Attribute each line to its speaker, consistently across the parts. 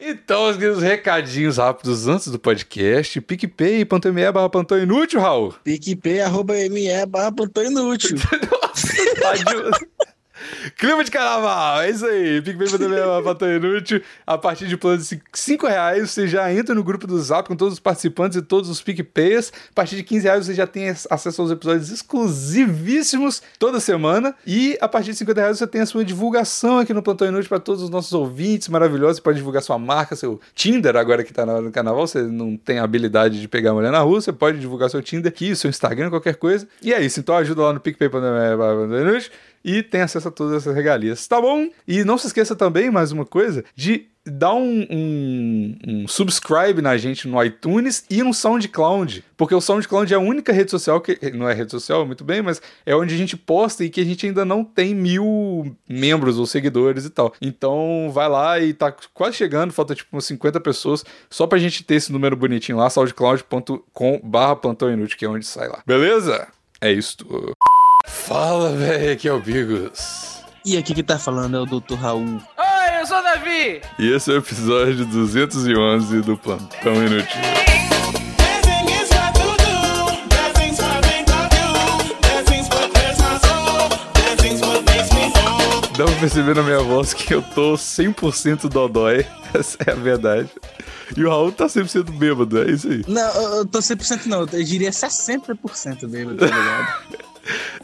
Speaker 1: Então, os meus recadinhos rápidos antes do podcast. PicPay, pantomime, barra pantão inútil, Raul.
Speaker 2: PicPay, arroba ME, barra plantão inútil.
Speaker 1: Tá de- Clima de carnaval, é isso aí. PicPay Pantomima Batalha Inútil. A partir de planos de 5 reais, você já entra no grupo do Zap com todos os participantes e todos os PicPayers. A partir de 15 reais, você já tem as- acesso aos episódios exclusivíssimos toda semana. E a partir de 50 reais, você tem a sua divulgação aqui no Plantão Inútil para todos os nossos ouvintes maravilhosos. Você pode divulgar sua marca, seu Tinder, agora que tá na hora do carnaval. Você não tem habilidade de pegar mulher na rua, você pode divulgar seu Tinder aqui, seu Instagram, qualquer coisa. E é isso, então ajuda lá no PicPay Pantomima Batalha Inútil e tem acesso a todas essas regalias, tá bom? E não se esqueça também, mais uma coisa, de dar um, um- um subscribe na gente no iTunes e no SoundCloud, porque o SoundCloud é a única rede social que não é rede social, muito bem, mas é onde a gente posta e que a gente ainda não tem mil membros ou seguidores e tal. Então vai lá e tá quase chegando, falta tipo umas 50 pessoas, só pra gente ter esse número bonitinho lá, soundcloud.com barra plantão inútil, que é onde sai lá. Beleza? É isto. Fala, velho, aqui é o Bigos.
Speaker 2: E aqui que tá falando é o Dr. Raul.
Speaker 3: Oi, eu sou o Davi!
Speaker 1: E esse é o episódio 211 do Plantão Inútil. Dá pra perceber na minha voz que eu tô 100% dodói, essa é a verdade. E o Raul tá 100% bêbado, é isso aí.
Speaker 2: Não, eu- eu tô 100% não, eu diria 60% bêbado, tá ligado?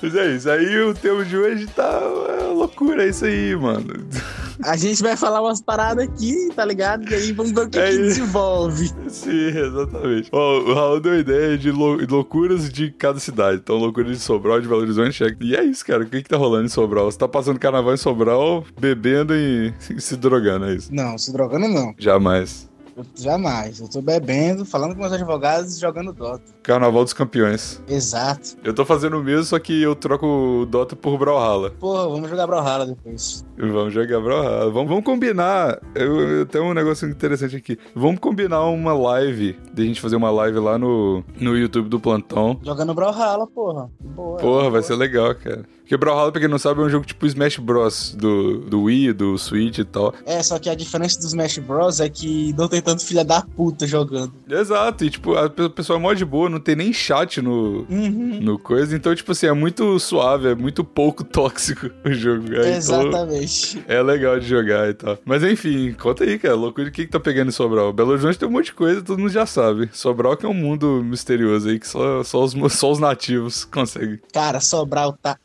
Speaker 1: Mas é isso, aí o tema de hoje tá é loucura, é isso aí, mano.
Speaker 2: A gente vai falar umas paradas aqui, tá ligado? E aí vamos ver o que,
Speaker 1: É
Speaker 2: que
Speaker 1: isso.
Speaker 2: desenvolve.
Speaker 1: Sim, exatamente. Ó, o Raul deu ideia de lou- loucuras de cada cidade. Então, loucura de Sobral, de Belo Horizonte. é- E é isso, cara. O que, que tá rolando em Sobral? Você tá passando carnaval em Sobral, bebendo e se se drogando, é isso?
Speaker 2: Não, se drogando não.
Speaker 1: Jamais.
Speaker 2: Eu- jamais. Eu tô bebendo, falando com meus advogados e jogando Dota.
Speaker 1: Carnaval dos campeões.
Speaker 2: Exato.
Speaker 1: Eu tô fazendo o mesmo, só que eu troco o Dota por Brawlhalla.
Speaker 2: Porra, vamos jogar Brawlhalla depois.
Speaker 1: Vamos jogar Brawlhalla. Vamos, vamos combinar. Eu, eu tenho um negócio interessante aqui. Vamos combinar uma live. De a gente fazer uma live lá no, no YouTube do Plantão.
Speaker 2: Jogando Brawlhalla, porra. Boa.
Speaker 1: Porra, vai ser legal, cara. Porque Brawlhalla, pra quem não sabe, é um jogo tipo Smash Bros. Do, do Wii, do Switch e tal.
Speaker 2: É, só que a diferença dos Smash Bros é que não tem tanto filha da puta jogando.
Speaker 1: Exato, e tipo, a pe- pessoa é mó de boa, não tem nem chat no,
Speaker 2: Uhum.
Speaker 1: no coisa. Então, tipo assim, é muito suave, é muito pouco tóxico o jogo. É, Então,
Speaker 2: Exatamente.
Speaker 1: é legal de jogar e tal. Mas enfim, conta aí, cara. Loucura, o que, que tá pegando em Sobral? Belo Horizonte tem um monte de coisa, todo mundo já sabe. Sobral que é um mundo misterioso aí, que só, só, os, só os nativos conseguem.
Speaker 2: Cara, Sobral tá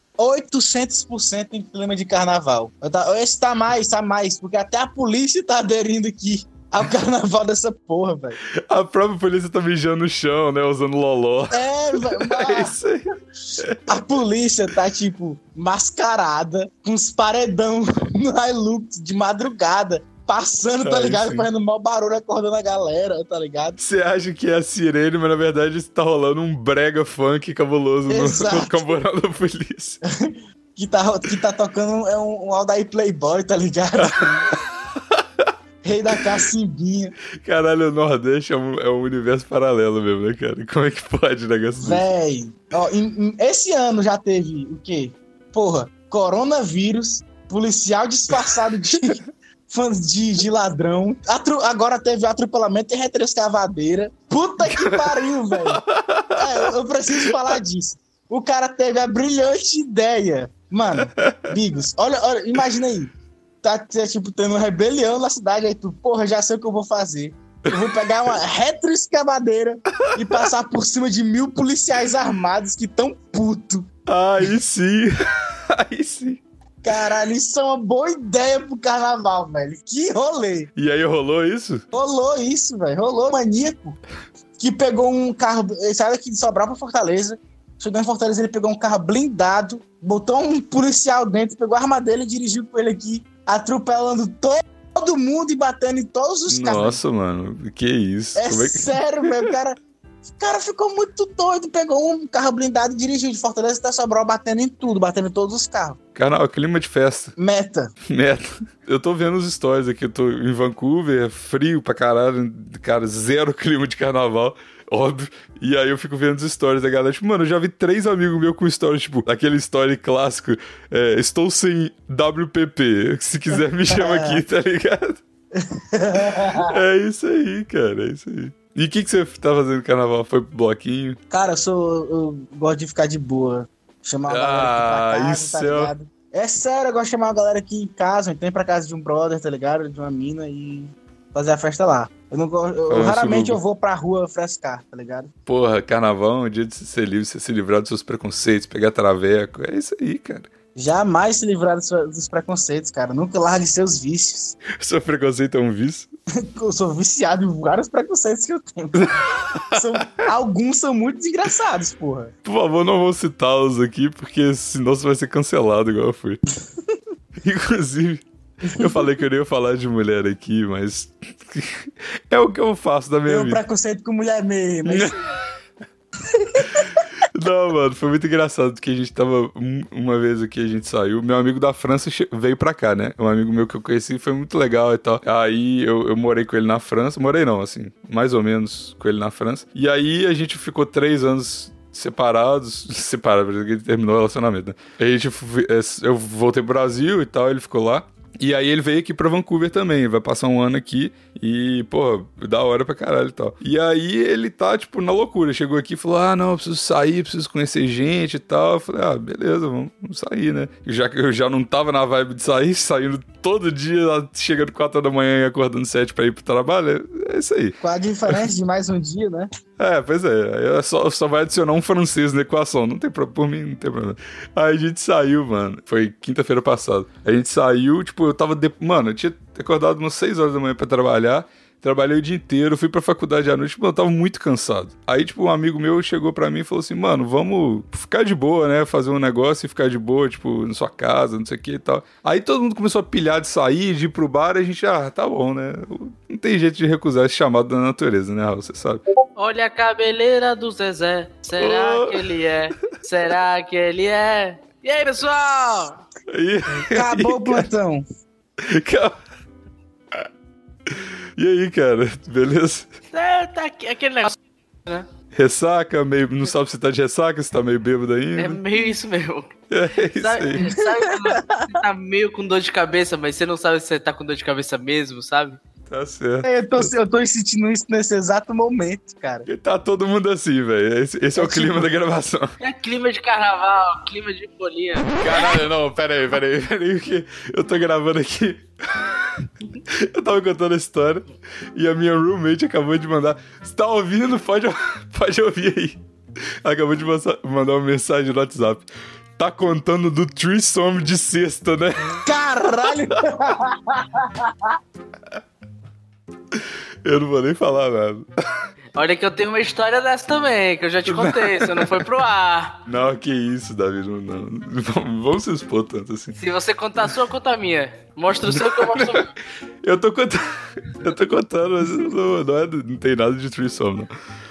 Speaker 2: 800% em clima de carnaval. Eu tá- Esse tá mais, tá mais, porque até a polícia tá aderindo aqui ao carnaval dessa porra, velho.
Speaker 1: A própria polícia tá mijando no chão, né? Usando loló.
Speaker 2: É, velho.
Speaker 1: É
Speaker 2: mas
Speaker 1: isso aí.
Speaker 2: A polícia tá, tipo, mascarada, com os paredão no Hilux de madrugada. Passando, tá
Speaker 1: Aí
Speaker 2: ligado?
Speaker 1: sim.
Speaker 2: Fazendo mau barulho, acordando a galera, tá ligado?
Speaker 1: Você acha que é a sirene, mas na verdade tá rolando um brega funk cabuloso no,
Speaker 2: Exato.
Speaker 1: no camburão da polícia.
Speaker 2: que tá, que tá tocando é um, um Aldair Playboy, tá ligado? Rei da cacimbinha.
Speaker 1: Caralho, o Nordeste é um, é um universo paralelo mesmo, né, cara? Como é que pode um negócio desse?
Speaker 2: Véi. Ó, em- em- esse ano já teve o quê? Porra, coronavírus, policial disfarçado de, fãs de, de ladrão. atro- agora teve atropelamento e retroscavadeira. Puta que pariu, velho. É, eu- eu preciso falar disso. O cara teve a brilhante ideia. Mano, Bigos, olha, olha, imagina aí. Tá, tá, tipo, tendo uma rebelião na cidade, aí tu, porra, já sei o que eu vou fazer. Eu vou pegar uma retroescavadeira e passar por cima de mil policiais armados que tão puto.
Speaker 1: Aí sim, aí sim.
Speaker 2: Caralho, isso é uma boa ideia pro carnaval, velho. Que rolê.
Speaker 1: E aí rolou isso?
Speaker 2: Rolou isso, velho. Rolou maníaco que pegou um carro. Ele saiu daqui de Sobral pra Fortaleza. Chegou em Fortaleza, ele pegou um carro blindado, botou um policial dentro, pegou a arma dele e dirigiu com ele aqui, atropelando to- todo mundo e batendo em todos os carros.
Speaker 1: Nossa, mano, que isso?
Speaker 2: É,
Speaker 1: Como é que...
Speaker 2: sério, velho. O cara, o cara ficou muito doido. Pegou um carro blindado e dirigiu de Fortaleza até Sobral, batendo em tudo, batendo em todos os carros.
Speaker 1: Caralho, clima de festa.
Speaker 2: Meta.
Speaker 1: Meta. Eu tô vendo os stories aqui, eu tô em Vancouver, é frio pra caralho, cara, zero clima de carnaval, óbvio. E aí eu fico vendo os stories da galera, tipo, mano, eu já vi três amigos meus com stories, tipo, aquele story clássico, é, estou sem WPP, se quiser me chama aqui, tá ligado? É isso aí, cara. É isso aí. E o que, que você tá fazendo no carnaval? Foi pro bloquinho?
Speaker 2: Cara, eu sou. Eu gosto de ficar de boa. Chamar a galera aqui pra
Speaker 1: Ah,
Speaker 2: casa,
Speaker 1: isso
Speaker 2: tá
Speaker 1: é o-
Speaker 2: ligado? É sério, eu gosto de chamar a galera aqui em casa, ou então ir pra casa de um brother, tá ligado? De uma mina e fazer a festa lá. Eu não gosto. eu-
Speaker 1: Fazer um
Speaker 2: raramente
Speaker 1: suruba.
Speaker 2: eu vou pra rua frescar, tá ligado?
Speaker 1: Porra, carnaval é um dia de se ser livre, você se livrar dos seus preconceitos, pegar traveco. É isso aí, cara.
Speaker 2: Jamais se livrar dos, dos preconceitos, cara. Nunca largue seus vícios.
Speaker 1: Seu preconceito é um vício.
Speaker 2: Eu sou viciado em vários preconceitos que eu tenho. São- alguns são muito desgraçados, porra.
Speaker 1: Por favor, não vou citá-los aqui, porque senão você vai ser cancelado igual eu fui. Inclusive, eu falei que eu não ia falar de mulher aqui, mas é o que eu faço da minha
Speaker 2: Meu
Speaker 1: vida.
Speaker 2: preconceito com mulher mesmo. mas
Speaker 1: Não, mano, foi muito engraçado porque a gente tava. um- Uma vez aqui a gente saiu. Meu amigo da França che- veio pra cá, né? Um amigo meu que eu conheci foi muito legal e tal. Aí eu, eu morei com ele na França. Morei não, assim, mais ou menos com ele na França. E aí a gente ficou três anos separados. Separados, porque ele terminou o relacionamento, né? Aí a gente, f- eh, eu voltei pro Brasil e tal, ele ficou lá. E aí ele veio aqui pra Vancouver também, vai passar um ano aqui e, pô, da hora pra caralho e tal. E aí ele tá, tipo, na loucura. Chegou aqui e falou: ah, não, eu preciso sair, preciso conhecer gente e tal. Eu falei, ah, beleza, vamos, vamos sair, né? Já que eu já não tava na vibe de sair, saindo todo dia, chegando 4 da manhã e acordando 7 pra ir pro trabalho, é é isso aí.
Speaker 2: Com a diferença de mais um dia, né?
Speaker 1: É, pois é. Aí ela só, só vai adicionar um francês na equação. Não tem problema. Por mim, não tem problema. Aí a gente saiu, mano. Foi quinta-feira passada. A gente saiu, tipo, eu tava. de- Mano, eu tinha acordado umas 6 horas da manhã pra trabalhar. Trabalhei o dia inteiro, fui pra faculdade à noite, mano, eu tava muito cansado. Aí, tipo, um amigo meu chegou pra mim e falou assim: mano, vamos ficar de boa, né? Fazer um negócio e ficar de boa, tipo, na sua casa, não sei o que e tal. Aí todo mundo começou a pilhar de sair, de ir pro bar, e a gente, ah, tá bom, né? Não tem jeito de recusar esse chamado da natureza, né, Raul? Você sabe.
Speaker 3: Olha a cabeleira do Zezé. Será
Speaker 1: Oh.
Speaker 3: que ele é? Será que ele é? E aí, pessoal?
Speaker 1: Aí.
Speaker 2: Acabou o plantão.
Speaker 1: Calma. E aí, cara, beleza?
Speaker 3: É, tá aqui, aquele negócio
Speaker 1: Ressaca, meio. Não sabe se tá de ressaca, se tá meio bêbado
Speaker 3: é
Speaker 1: ainda.
Speaker 3: meio isso mesmo.
Speaker 1: É isso aí.
Speaker 3: Sabe, sabe quando você tá meio com dor de cabeça, mas você não sabe se você tá com dor de cabeça mesmo, sabe?
Speaker 1: Tá certo.
Speaker 2: Eu tô, eu tô sentindo isso nesse exato momento, cara.
Speaker 1: E Tá todo mundo assim, velho. Esse, esse é o clima da gravação.
Speaker 3: É clima de carnaval, clima de bolinha.
Speaker 1: Caralho, não, pera aí, pera aí, pera aí, porque eu tô gravando aqui. Eu tava contando a história e a minha roommate acabou de mandar. Você tá ouvindo? Pode, pode ouvir aí. Ela Acabou de massa- mandar uma mensagem no WhatsApp. Tá contando do threesome de sexta, né?
Speaker 2: Caralho!
Speaker 1: Eu não vou nem falar nada.
Speaker 3: Olha que eu tenho uma história dessa também, que eu já te contei, você não foi pro ar.
Speaker 1: Não, que isso, Davi. Não, não. Vamos- Vamos se expor tanto assim.
Speaker 3: Se você contar a sua, conta a minha. Mostra o seu que eu mostro o meu.
Speaker 1: Eu tô contando. Eu tô contando, mas não, não, é- não tem nada de threesome, não.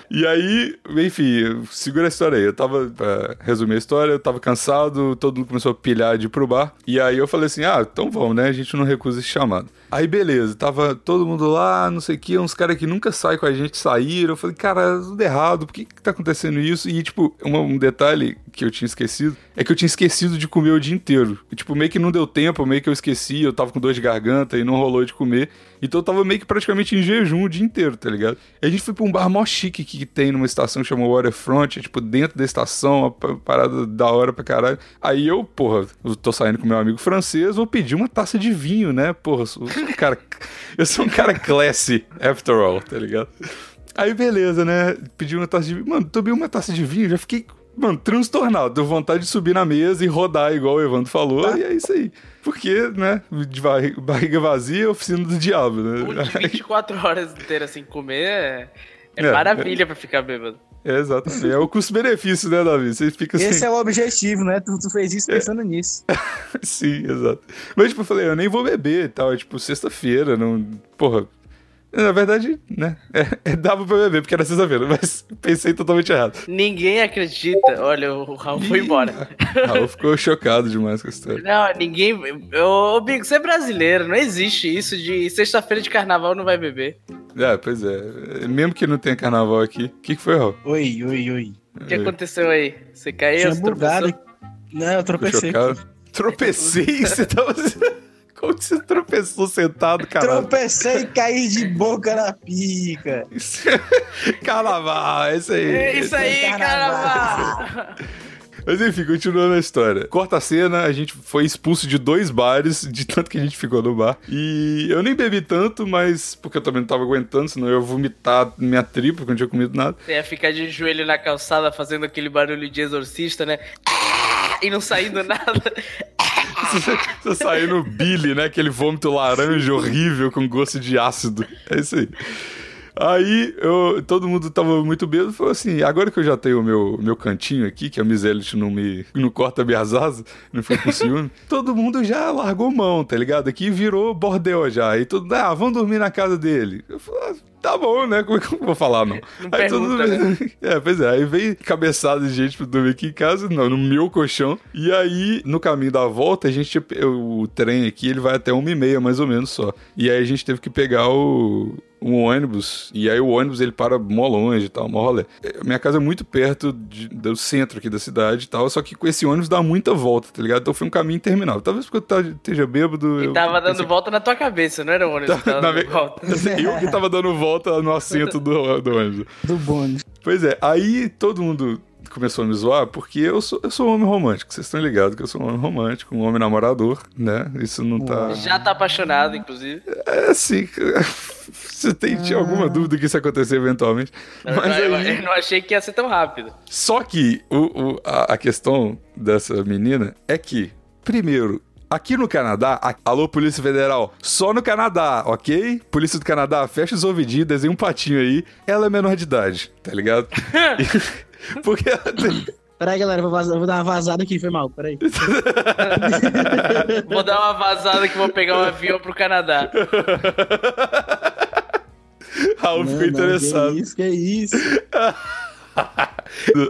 Speaker 1: E aí, enfim, segura a história aí. Eu tava, pra resumir a história, eu tava cansado, todo mundo começou a pilhar de ir pro bar. E aí eu falei assim: ah, então vamos, né? A gente não recusa esse chamado. Aí beleza, tava todo mundo lá, não sei o que, uns caras que nunca saem com a gente saíram. Eu falei, cara, tudo errado, por que, que tá acontecendo isso? E, tipo, uma- um detalhe que eu tinha esquecido é que eu tinha esquecido de comer o dia inteiro. E, tipo, meio que não deu tempo, meio que eu esqueci, eu tava com dor de garganta e não rolou de comer. Então eu tava meio que praticamente em jejum o dia inteiro, tá ligado? E a gente foi pra um bar mó chique que tem numa estação que chama Waterfront, é, tipo, dentro da estação, uma pa- parada da hora pra caralho. Aí eu, porra, eu tô saindo com meu amigo francês, vou pedir uma taça de vinho, né? Porra, eu sou, eu sou um cara. Eu sou um cara classy, after all, tá ligado? Aí beleza, né? Pedi uma taça de vinho. Mano, tomei uma taça de vinho, já fiquei, mano, transtornado. Deu vontade de subir na mesa e rodar, igual o Evandro falou,
Speaker 2: Tá.
Speaker 1: e é isso aí. Porque, né? De barri- barriga vazia, é oficina do diabo,
Speaker 3: Um
Speaker 1: né?
Speaker 3: de 24 horas inteiras sem comer é, é
Speaker 1: É,
Speaker 3: maravilha pra ficar bêbado.
Speaker 1: É, exatamente. É o custo-benefício, né, Davi? Você fica assim.
Speaker 2: Esse é o objetivo, né? Tu, tu fez isso pensando nisso.
Speaker 1: Sim, exato. Mas, tipo, eu falei, eu nem vou beber e tal. É tipo, sexta-feira, não. Porra. Na verdade, né? É, é, dava pra beber, porque era sexta-feira, mas pensei totalmente errado.
Speaker 3: Ninguém acredita. Olha, o Raul foi
Speaker 1: Ih,
Speaker 3: embora.
Speaker 1: Raul ficou chocado demais com a história.
Speaker 3: Não, ninguém. Ô, Bigo, você é brasileiro, não existe isso de sexta-feira de carnaval não vai beber.
Speaker 1: É, pois é. Mesmo que não tenha carnaval aqui. O que, que foi, Raul?
Speaker 2: Oi, oi, oi.
Speaker 3: O
Speaker 1: É.
Speaker 3: que aconteceu aí? Você caiu?
Speaker 2: Tinha
Speaker 3: Você tropeçou?
Speaker 2: bugado. Não, eu
Speaker 1: Ficou
Speaker 2: tropecei.
Speaker 1: chocado. Tropecei, você tava. assim, Como você tropeçou sentado, caralho?
Speaker 2: Tropecei e caí de boca na pica.
Speaker 1: Isso- Carnaval, é isso aí.
Speaker 3: É isso aí,
Speaker 2: Carnaval.
Speaker 3: carnaval!
Speaker 1: Mas enfim, continuando a história. Corta a cena, a gente foi expulso de dois bares, de tanto que a gente ficou no bar. E eu nem bebi tanto, mas porque eu também não tava aguentando, senão eu ia vomitar minha tripa, porque eu não tinha comido nada.
Speaker 3: Você ia ficar de joelho na calçada fazendo aquele barulho de exorcista, né? E não saindo nada.
Speaker 1: Você- Você saiu no Billy, né? Aquele vômito laranja horrível com gosto de ácido. É isso aí. Aí eu- todo mundo tava muito bêbado falou assim: agora que eu já tenho o meu, meu cantinho aqui, que a Miselit não me não corta minhas asas, não fica com ciúme, todo mundo já largou mão, tá ligado? Aqui virou bordel já. Aí todo ah, vamos dormir na casa dele. Eu falei, ah, tá bom, né? Como é que eu vou falar, não?
Speaker 3: Não
Speaker 1: aí
Speaker 3: pergunta, né?
Speaker 1: É, pois é, aí veio cabeçada de gente pra dormir aqui em casa, não, no meu colchão. E aí, no caminho da volta, a gente. eu- o trem aqui, ele vai até uma e meia, mais ou menos só. E aí a gente teve que pegar o. Um ônibus, e aí o ônibus ele para mó longe e tal, mó rolê. É, Minha casa é muito perto de- do centro aqui da cidade e tal, só que com esse ônibus dá muita volta, tá ligado? Então foi um caminho interminável. Talvez porque eu tá- esteja bêbado.
Speaker 3: E
Speaker 1: eu
Speaker 3: tava
Speaker 1: pensei Tá,
Speaker 3: dando volta na tua cabeça, não era o ônibus que tava
Speaker 1: na
Speaker 3: dando
Speaker 1: minha-
Speaker 3: volta.
Speaker 1: eu que tava dando volta no assento do, do ônibus.
Speaker 2: Do bonde.
Speaker 1: Pois é, aí todo mundo começou a me zoar porque eu sou, eu sou um homem romântico. Vocês estão ligados que eu sou um homem romântico, um homem namorador, né? Isso não tá.
Speaker 3: Já tá apaixonado, inclusive.
Speaker 1: É assim. Você tem, tinha alguma dúvida que isso ia acontecer eventualmente.
Speaker 3: Eu,
Speaker 1: Mas
Speaker 3: eu-
Speaker 1: aí.
Speaker 3: eu não achei que ia ser tão rápido.
Speaker 1: Só que o, o- a, a questão dessa menina é que, primeiro, aqui no Canadá, a- alô Polícia Federal, só no Canadá, ok? Polícia do Canadá, fecha os ouvidinhos, desenha um patinho aí. Ela é menor de idade, tá ligado? E- Porque ela tem...
Speaker 2: Peraí, galera, vou, vazar- vou dar uma vazada aqui, foi mal, peraí.
Speaker 3: Vou dar uma vazada que vou pegar um avião pro Canadá.
Speaker 1: Raul
Speaker 2: Não,
Speaker 1: ficou
Speaker 2: não,
Speaker 1: interessado.
Speaker 2: Que isso, que isso.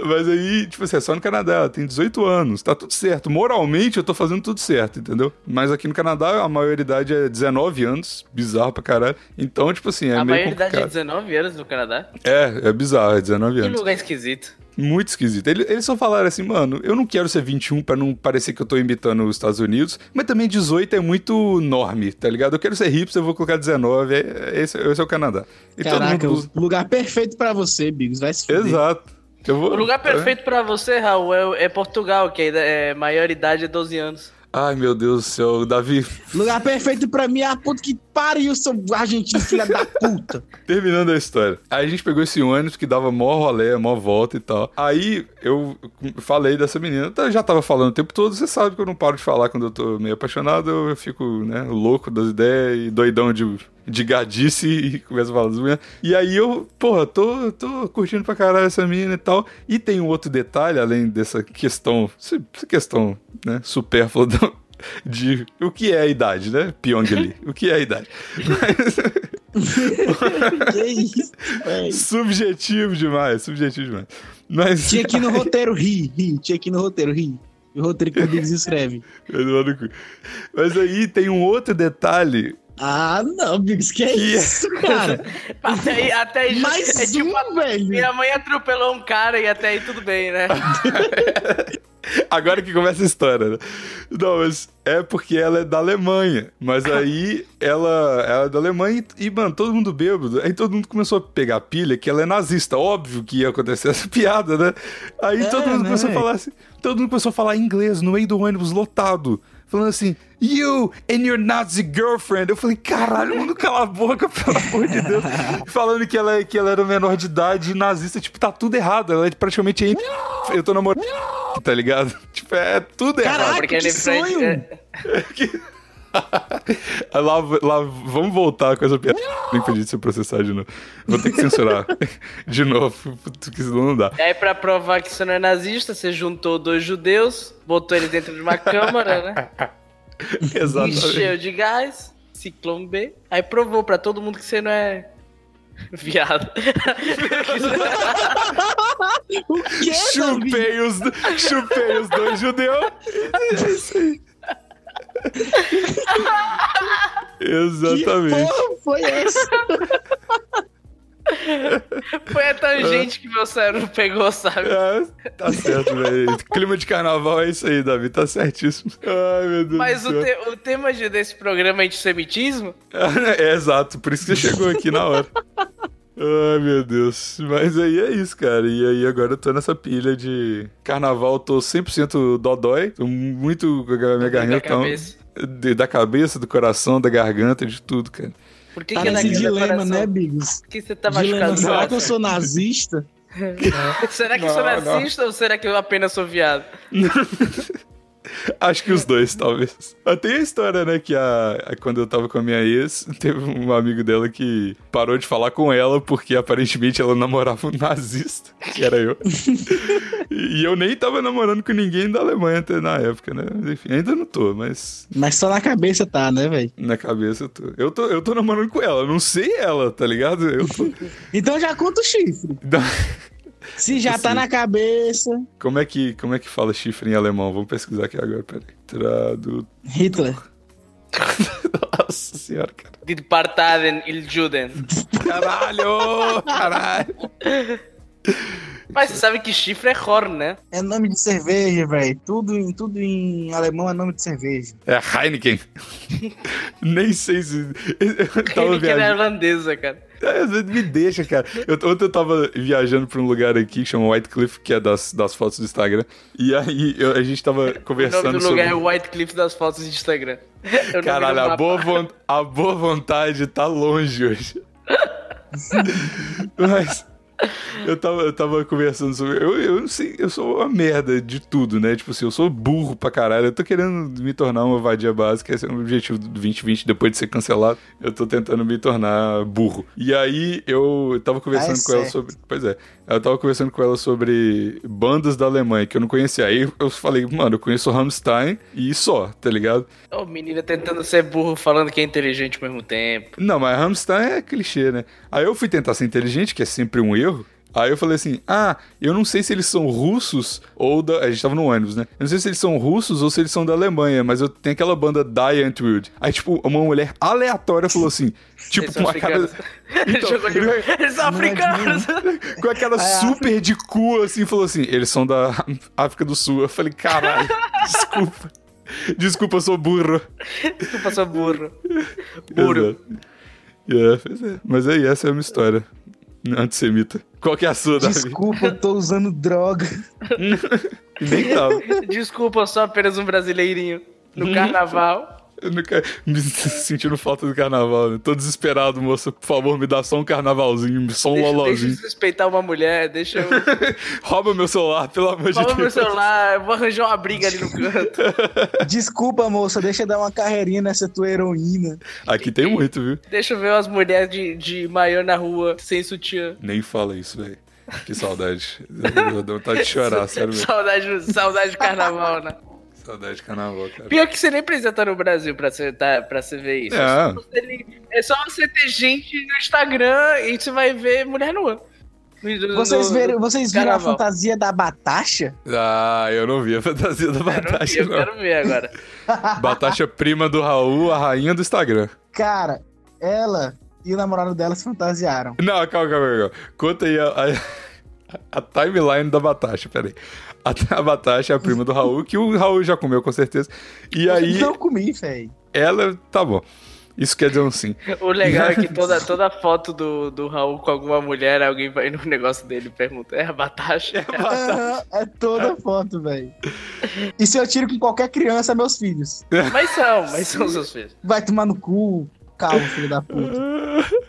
Speaker 1: Mas aí, tipo assim, é só no Canadá, ela tem 18 anos, tá tudo certo. Moralmente eu tô fazendo tudo certo, entendeu? Mas aqui no Canadá a maioridade é 19 anos, bizarro pra caralho. Então, tipo assim, é
Speaker 3: a
Speaker 1: meio
Speaker 3: maioridade é
Speaker 1: complicado.
Speaker 3: 19 anos no Canadá.
Speaker 1: É, é bizarro, é 19
Speaker 3: Que
Speaker 1: anos.
Speaker 3: lugar esquisito.
Speaker 1: Muito esquisito. Ele- Eles só falaram assim, mano, eu não quero ser 21 pra não parecer que eu tô imitando os Estados Unidos, mas também 18 é muito norme, tá ligado? Eu quero ser hipster, eu vou colocar 19, é- é- esse, esse é o Canadá. E todo
Speaker 2: Caraca,
Speaker 1: mundo usa-
Speaker 2: o lugar perfeito pra você, Bigos, vai se fuder.
Speaker 1: Exato. Eu vou...
Speaker 3: O lugar
Speaker 1: tá vendo?
Speaker 3: perfeito pra você, Raul, é, é Portugal, que é, é maioridade é 12 anos.
Speaker 1: Ai, meu Deus do céu, Davi,
Speaker 2: Lugar perfeito pra mim é a puta que pariu, seu argentino, filha da puta.
Speaker 1: Terminando a história. Aí a gente pegou esse ônibus que dava mó rolê, mó volta e tal. Aí eu falei dessa menina. Então, Eu já tava falando o tempo todo, você sabe que eu não paro de falar quando eu tô meio apaixonado, eu fico, né, louco das ideias e doidão de, de gadice e começo a falar das meninas. E aí eu, porra, tô, tô curtindo pra caralho essa menina e tal. E tem um outro detalhe, além dessa questão, essa questão, né, supérflua do- de o que é a idade, né? Pyong Lee. O que é a idade? Mas,
Speaker 2: que isso, velho.
Speaker 1: Subjetivo demais, subjetivo demais. Mas.
Speaker 2: Tinha aqui no roteiro ri, ri, tinha aqui no roteiro ri. E o roteiro que o Biggs escreve.
Speaker 1: Vai tomar no cu. Mas aí tem um outro detalhe.
Speaker 2: Ah, não, Biggs, que é
Speaker 1: Que-
Speaker 2: isso, cara?
Speaker 3: Até aí, até aí já-
Speaker 2: Mais
Speaker 3: é tipo
Speaker 2: um, velho.
Speaker 3: Minha mãe atropelou um cara e até aí tudo bem, né?
Speaker 1: Agora que começa a história, né? Não, mas é porque ela é da Alemanha. Mas aí ela, ela é da Alemanha e, e, mano, todo mundo bêbado. Aí todo mundo começou a pegar pilha que ela é nazista. Óbvio que ia acontecer essa piada, né? Aí
Speaker 2: É,
Speaker 1: todo mundo
Speaker 2: né,
Speaker 1: começou a
Speaker 2: velho?
Speaker 1: falar assim. Todo mundo começou a falar inglês no meio do ônibus lotado. Falando assim, you and your Nazi girlfriend. Eu falei, caralho, mano, cala a boca, pelo amor de Deus. Falando que ela, é, que ela era menor de idade e nazista. Tipo, tá tudo errado. Ela é praticamente. em- Eu tô namorando. Tá ligado? Tipo, é tudo errado.
Speaker 2: Caraca,
Speaker 3: Porque
Speaker 2: que
Speaker 3: ele frente-
Speaker 2: sonho!
Speaker 3: é-
Speaker 1: lá, lá, vamos voltar com essa piada. Nem pedi de se processar de novo. Vou ter que censurar de novo, porque senão não dá.
Speaker 3: E é aí, pra provar que você não é nazista, você juntou dois judeus, botou ele dentro de uma câmara, né?
Speaker 1: Exatamente.
Speaker 3: Encheu de gás, "Ah, ciclone B. Aí provou pra todo mundo que você não é. Viado.
Speaker 2: O que, Davi?
Speaker 1: Chupei os, chupei os dois judeus. É isso aí.
Speaker 2: Que
Speaker 1: Exatamente.
Speaker 2: porra foi essa?
Speaker 3: Foi a tangente que meu cérebro pegou, sabe?
Speaker 1: É, tá certo, velho. Clima de carnaval é isso aí, Davi. Tá certíssimo. Ai, meu Deus
Speaker 3: Mas
Speaker 1: do céu.
Speaker 3: o, te- o tema de- desse programa é antissemitismo?
Speaker 1: É, exato, por isso que você chegou aqui na hora. Ai, meu Deus. Mas aí é isso, cara. E aí agora eu tô nessa pilha de carnaval, tô 100% dodói. Tô muito com a minha garganta. então,
Speaker 3: Da cabeça.
Speaker 1: de- da cabeça, do coração, da garganta, de tudo, cara.
Speaker 3: Por que,
Speaker 2: tá
Speaker 3: que é
Speaker 2: nesse
Speaker 3: daquele
Speaker 2: dilema,
Speaker 3: coração?
Speaker 2: né, Bigos?
Speaker 3: Por que você tá
Speaker 2: dilema,
Speaker 3: machucado?
Speaker 2: será
Speaker 3: Será
Speaker 2: que eu sou nazista?
Speaker 3: será que eu sou
Speaker 1: Não, não.
Speaker 3: nazista ou será que eu apenas sou viado?
Speaker 1: Acho que os dois, talvez. Mas Tem a história, né, que a, a- quando eu tava com a minha ex, teve um amigo dela que parou de falar com ela porque aparentemente ela namorava um nazista, que era eu. e eu nem tava namorando com ninguém da Alemanha até na época, né? Mas, enfim, ainda não tô, mas
Speaker 2: Mas só na cabeça tá, né, velho?
Speaker 1: na cabeça eu tô. Eu tô, eu tô namorando com ela, eu não sei ela, tá ligado? Eu tô...
Speaker 2: Então já conta o chifre. Se já tá
Speaker 1: Sim.
Speaker 2: na cabeça,
Speaker 1: como, é que, como é que fala chifre em alemão? Vamos pesquisar aqui agora, peraí. Tradutor.
Speaker 2: Hitler.
Speaker 1: Nossa senhora, cara.
Speaker 3: De Partaden il Juden.
Speaker 1: Caralho! Caralho!
Speaker 3: Mas você sabe que chifre é horn, né?
Speaker 2: É nome de cerveja, velho. Tudo em, tudo em alemão é nome de cerveja.
Speaker 1: É Heineken. Nem sei se. Eu tava
Speaker 3: Ele que era
Speaker 1: viajando. É,
Speaker 3: irlandesa, cara.
Speaker 1: Às vezes me deixa, cara. Eu, ontem eu tava viajando pra um lugar aqui que chama White Cliff, que é das, das fotos do Instagram. E aí eu- a gente tava
Speaker 3: O nome
Speaker 1: conversando
Speaker 3: do
Speaker 1: sobre.
Speaker 3: lugar é White Cliff das fotos do Instagram. É o nome
Speaker 1: Caralho,
Speaker 3: do
Speaker 1: a
Speaker 3: mapa.
Speaker 1: boa, von- a boa vontade tá longe hoje. Mas eu tava, eu tava conversando sobre. Eu, eu não sei, eu sou uma merda de tudo, né? Tipo assim, eu sou burro pra caralho. Eu tô querendo me tornar uma vadia básica. Esse é o objetivo do 2020, depois de ser cancelado. Eu tô tentando me tornar burro. E aí eu tava conversando com ela
Speaker 2: certo.
Speaker 1: sobre. Pois é. Eu tava conversando com ela sobre bandas da Alemanha que eu não conhecia. Aí eu falei, mano, eu conheço Rammstein e só, tá ligado?
Speaker 3: Ô, menina tentando ser burro, falando que é inteligente ao mesmo tempo.
Speaker 1: Não, mas Hamstein é clichê, né? Aí eu fui tentar ser inteligente, que é sempre um erro. Aí eu falei assim: ah, eu não sei se eles são russos ou da. A gente tava no ônibus, né? Eu não sei se eles são russos ou se eles são da Alemanha, mas eu tenho aquela banda Die Antwoord. Aí, tipo, uma mulher aleatória falou assim: tipo,
Speaker 3: Eles são
Speaker 1: uma cara.
Speaker 3: africanos. Ele
Speaker 1: Então,
Speaker 3: jogou de...
Speaker 1: ele-
Speaker 3: Eles são africanos!
Speaker 1: com aquela super de cu, assim, falou assim: eles são da África do Sul. Eu falei: caralho, desculpa. Desculpa, eu sou burro.
Speaker 3: Desculpa, sou burro. Burro.
Speaker 1: Exato. É, pois é. Mas aí, essa é uma história antissemita. Qual que é a sua, Davi?
Speaker 2: Desculpa, eu tô usando droga.
Speaker 1: Nem tava.
Speaker 3: Desculpa, eu sou apenas um brasileirinho.
Speaker 1: Uhum.
Speaker 3: No carnaval.
Speaker 1: Eu nunca... Me sentindo falta do carnaval. Né? Tô desesperado, moça. Por favor, me dá só um carnavalzinho, só um
Speaker 3: Deixa, deixa eu
Speaker 1: lolózinho.
Speaker 3: desrespeitar uma mulher, deixa eu.
Speaker 1: Rouba meu celular, pelo amor de
Speaker 3: Fala meu
Speaker 1: Deus.
Speaker 3: celular, eu vou arranjar uma briga ali no canto.
Speaker 2: Desculpa, moça, deixa eu dar uma carreirinha nessa tua heroína.
Speaker 1: Aqui tem muito, viu?
Speaker 3: Deixa eu ver umas mulheres de, de maiô na rua, sem sutiã.
Speaker 1: Nem fala isso, velho. Que saudade. Eu dou vontade de chorar, sério mesmo.
Speaker 3: Saudade, saudade de carnaval, né?
Speaker 1: Saudade de carnaval, cara.
Speaker 3: Pior que você nem precisa estar no Brasil pra você, tá, pra você ver isso.
Speaker 1: É.
Speaker 3: É só você ter gente no Instagram e você vai ver mulher nua. No- no-
Speaker 2: Vocês
Speaker 3: no-
Speaker 2: viram, vocês viram a
Speaker 3: carnaval.
Speaker 2: fantasia da Batasha?
Speaker 1: Ah, eu não vi a fantasia da
Speaker 3: Eu não vi,
Speaker 1: Batasha,
Speaker 3: eu
Speaker 1: não.
Speaker 3: quero ver agora.
Speaker 1: Batasha prima do Raul, a rainha do Instagram.
Speaker 2: Cara, ela e o namorado dela se fantasiaram.
Speaker 1: Não, calma, calma, calma. Conta aí a, a- a timeline da Batasha, peraí. A, a Batasha é a prima do Raul, que o Raul já comeu com certeza. E aí,
Speaker 2: Não comi, velho.
Speaker 1: ela. Tá bom. Isso quer dizer um sim.
Speaker 3: O legal é que toda, toda foto do, do Raul com alguma mulher, alguém vai no negócio dele e pergunta: é a Batasha?
Speaker 2: Aham, é toda foto, velho. E se eu tiro com qualquer criança, meus filhos?
Speaker 3: mas são, mas são seus filhos.
Speaker 2: Vai tomar no cu, calma, filho da puta.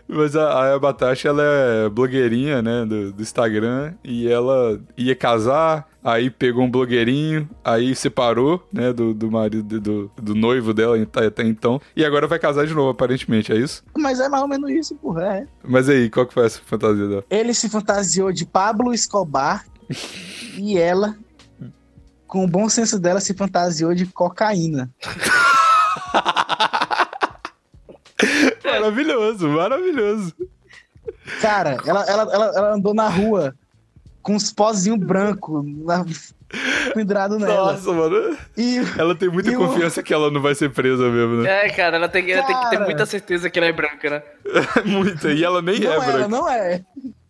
Speaker 1: Mas a, a Batasha, ela é blogueirinha, né, do, do Instagram, e ela ia casar, aí pegou um blogueirinho, aí separou, né, do, do marido, do, do noivo dela até então, e agora vai casar de novo, aparentemente, é isso?
Speaker 2: Mas é mais ou menos isso, porra. É.
Speaker 1: Mas aí, qual que foi essa fantasia dela?
Speaker 2: Ele se fantasiou de Pablo Escobar e ela, com o bom senso dela, se fantasiou de cocaína.
Speaker 1: Maravilhoso, maravilhoso.
Speaker 2: Cara, ela, ela, ela, ela andou na rua com uns pozinhos brancos na- pendurado nela.
Speaker 1: Nossa, mano.
Speaker 2: E
Speaker 1: Ela tem muita
Speaker 2: E o-
Speaker 1: confiança que ela não vai ser presa mesmo, né?
Speaker 3: É, cara, ela tem, ela tem que ter
Speaker 2: Cara.
Speaker 3: muita certeza que ela é branca, né?
Speaker 1: Muita. E ela nem
Speaker 2: não
Speaker 1: é
Speaker 2: é,
Speaker 1: branca.
Speaker 2: não é.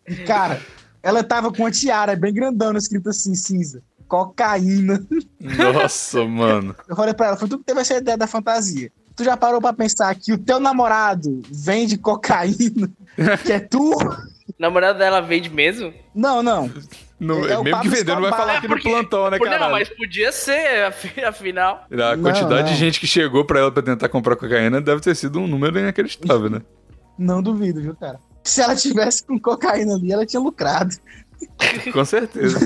Speaker 2: E, cara, ela tava com uma tiara bem grandona, escrito assim, cinza. Cocaína.
Speaker 1: Nossa, mano.
Speaker 2: Eu falei pra ela, foi tu que teve essa ideia da fantasia. Tu já parou pra pensar que o teu namorado vende cocaína? Que é tu?
Speaker 3: Namorada dela vende mesmo?
Speaker 2: Não, não.
Speaker 1: Não,
Speaker 2: É, é o
Speaker 1: mesmo que
Speaker 2: Pablo
Speaker 1: vendeu, não vai
Speaker 2: Escobar.
Speaker 1: falar aqui no plantão, né, cara?
Speaker 3: É não, mas podia ser, afi- afinal.
Speaker 1: A
Speaker 2: Não,
Speaker 1: quantidade
Speaker 2: não.
Speaker 1: de gente que chegou pra ela pra tentar comprar cocaína deve ter sido um número inacreditável, né?
Speaker 2: Não duvido, viu, cara? Se ela tivesse com cocaína ali, ela tinha lucrado.
Speaker 1: Com certeza.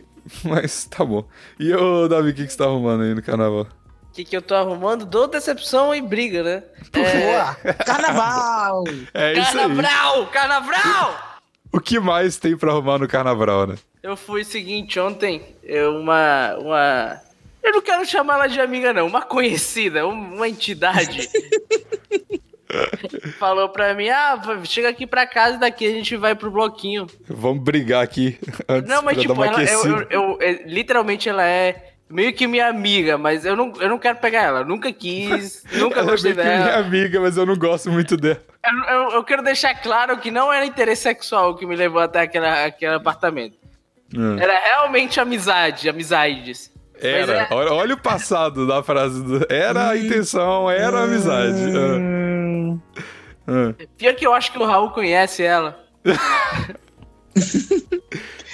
Speaker 1: mas tá bom. E ô, Davi, o que, que você tá arrumando aí no carnaval?
Speaker 3: O que, que eu tô arrumando? Dor, decepção e briga, né?
Speaker 2: Boa! Carnaval!
Speaker 1: É isso aí.
Speaker 3: Carnaval! Carnaval!
Speaker 1: O que mais tem pra arrumar no carnaval, né?
Speaker 3: Eu fui o seguinte, ontem, eu, uma, uma. Eu não quero chamar ela de amiga, não. Uma conhecida, um- uma entidade. falou pra mim: ah, v- chega aqui pra casa e daqui a gente vai pro bloquinho.
Speaker 1: Vamos brigar aqui antes
Speaker 3: não,
Speaker 1: pra
Speaker 3: mas
Speaker 1: dar
Speaker 3: tipo,
Speaker 1: uma
Speaker 3: ela, eu,
Speaker 1: aquecida.
Speaker 3: eu- eu- é, literalmente ela é meio que minha amiga, mas eu não, eu não quero pegar ela. Eu Nunca quis, nunca
Speaker 1: Ela é
Speaker 3: gostei
Speaker 1: meio que minha
Speaker 3: dela.
Speaker 1: amiga, mas eu não gosto muito dela.
Speaker 3: Eu, eu- eu quero deixar claro que não era interesse sexual que me levou até aquela, aquele apartamento.
Speaker 1: É.
Speaker 3: Era realmente amizade, amizades. Mas
Speaker 1: Era.
Speaker 3: é-
Speaker 1: Olha, olha o passado da frase. do- Era a intenção, era a amizade. Ah,
Speaker 2: Hum.
Speaker 1: É. É.
Speaker 3: Pior que eu acho que o Raul conhece ela.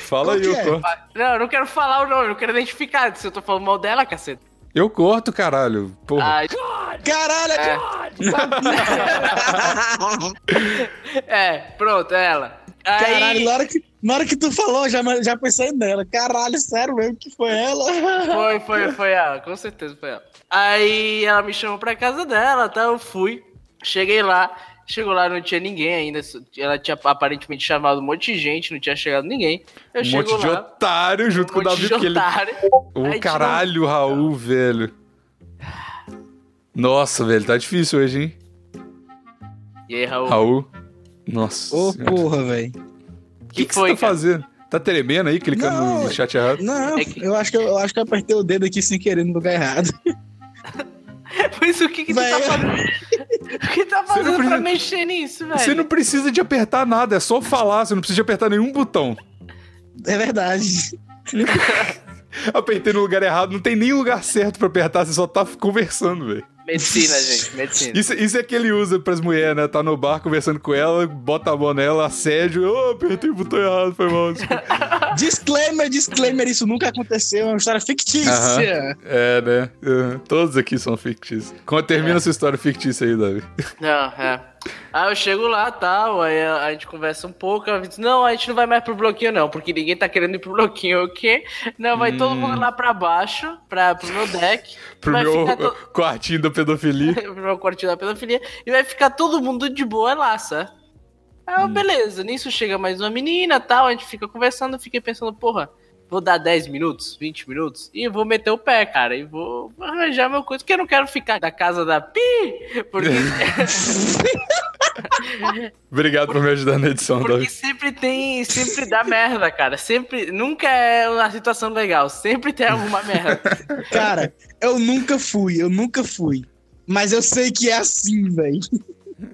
Speaker 1: Fala
Speaker 2: Qual
Speaker 1: aí,
Speaker 2: que
Speaker 1: eu
Speaker 2: é?
Speaker 1: corto.
Speaker 3: Não, eu não quero falar o nome, eu não quero identificar se eu tô falando mal dela, caceta.
Speaker 1: Eu corto, caralho. Porra.
Speaker 3: Ah,
Speaker 2: Caralho,
Speaker 3: É. é, pronto, é ela. Aí,
Speaker 2: Caralho, na hora, que, na hora que tu falou, já, já pensei nela. Caralho, sério mesmo que foi ela?
Speaker 3: Foi, foi, foi ela, com certeza foi ela. Aí ela me chamou pra casa dela, tá? Eu fui, cheguei lá, chegou lá, não tinha ninguém ainda. Ela tinha aparentemente chamado um monte de gente, não tinha chegado ninguém. Eu
Speaker 1: um
Speaker 3: chego
Speaker 1: monte de
Speaker 3: lá,
Speaker 1: otário junto
Speaker 3: um
Speaker 1: com o
Speaker 3: monte
Speaker 1: Davi,
Speaker 3: de
Speaker 1: porque ele.
Speaker 3: otário.
Speaker 1: Ô,
Speaker 3: Ai,
Speaker 1: caralho, Raul, velho. Nossa, velho, tá difícil hoje, hein?
Speaker 3: E aí, Raul?
Speaker 1: Raul. Nossa.
Speaker 2: Ô,
Speaker 1: senhora.
Speaker 2: porra, velho.
Speaker 1: o
Speaker 3: que
Speaker 1: que, que você
Speaker 3: foi,
Speaker 1: tá
Speaker 3: cara?
Speaker 1: fazendo? Tá tremendo aí, clicando
Speaker 2: Não.
Speaker 1: no chat errado?
Speaker 2: Não,
Speaker 3: É que-
Speaker 2: eu, acho que eu, eu acho que eu apertei o dedo aqui sem querer no lugar errado.
Speaker 3: Mas o que que tu tá
Speaker 2: Velho.
Speaker 3: fazendo? O que tá fazendo pra
Speaker 1: precisa-
Speaker 3: mexer nisso, velho?
Speaker 1: Você não precisa de apertar nada, é só falar, você não precisa de apertar nenhum botão.
Speaker 2: É verdade.
Speaker 1: Apertei no lugar errado, não tem nem lugar certo pra apertar, você só tá conversando, velho.
Speaker 3: Medicina, gente, medicina.
Speaker 1: Isso, isso é que ele usa pras mulheres, né? Tá no bar conversando com ela, bota a mão nela, assédio, oh, apertei o botão errado, foi mal. desculpa."
Speaker 2: Disclaimer, disclaimer, isso nunca aconteceu, é uma história fictícia.
Speaker 1: É, né? Uhum. Todos aqui são fictícios. Quando termina sua história fictícia aí, Davi.
Speaker 3: Não, é. Aí eu chego lá, tal, aí a, a gente conversa um pouco, ela diz, não, a gente não vai mais pro bloquinho não, porque ninguém tá querendo ir pro bloquinho, Eu, o quê? Não, vai todo mundo lá pra baixo, pra, pro meu deck,
Speaker 1: Hum. Pro
Speaker 3: vai
Speaker 1: meu
Speaker 3: ficar to-
Speaker 1: quartinho da pedofilia.
Speaker 3: pro meu quartinho da pedofilia, e vai ficar todo mundo de boa lá, sabe? Ah, beleza, nisso chega mais uma menina, tal, a gente fica conversando, eu fiquei pensando, porra, vou dar 10 minutos, 20 minutos, e vou meter o pé, cara, e vou arranjar meu coisa, porque eu não quero ficar da casa da Pi, porque...
Speaker 1: Obrigado por me ajudar na edição,
Speaker 3: Porque
Speaker 1: Davi.
Speaker 3: sempre tem, sempre dá merda, cara. Sempre, nunca é uma situação legal. Sempre tem alguma merda.
Speaker 2: Cara, eu nunca fui, eu nunca fui. Mas eu sei que é assim, velho.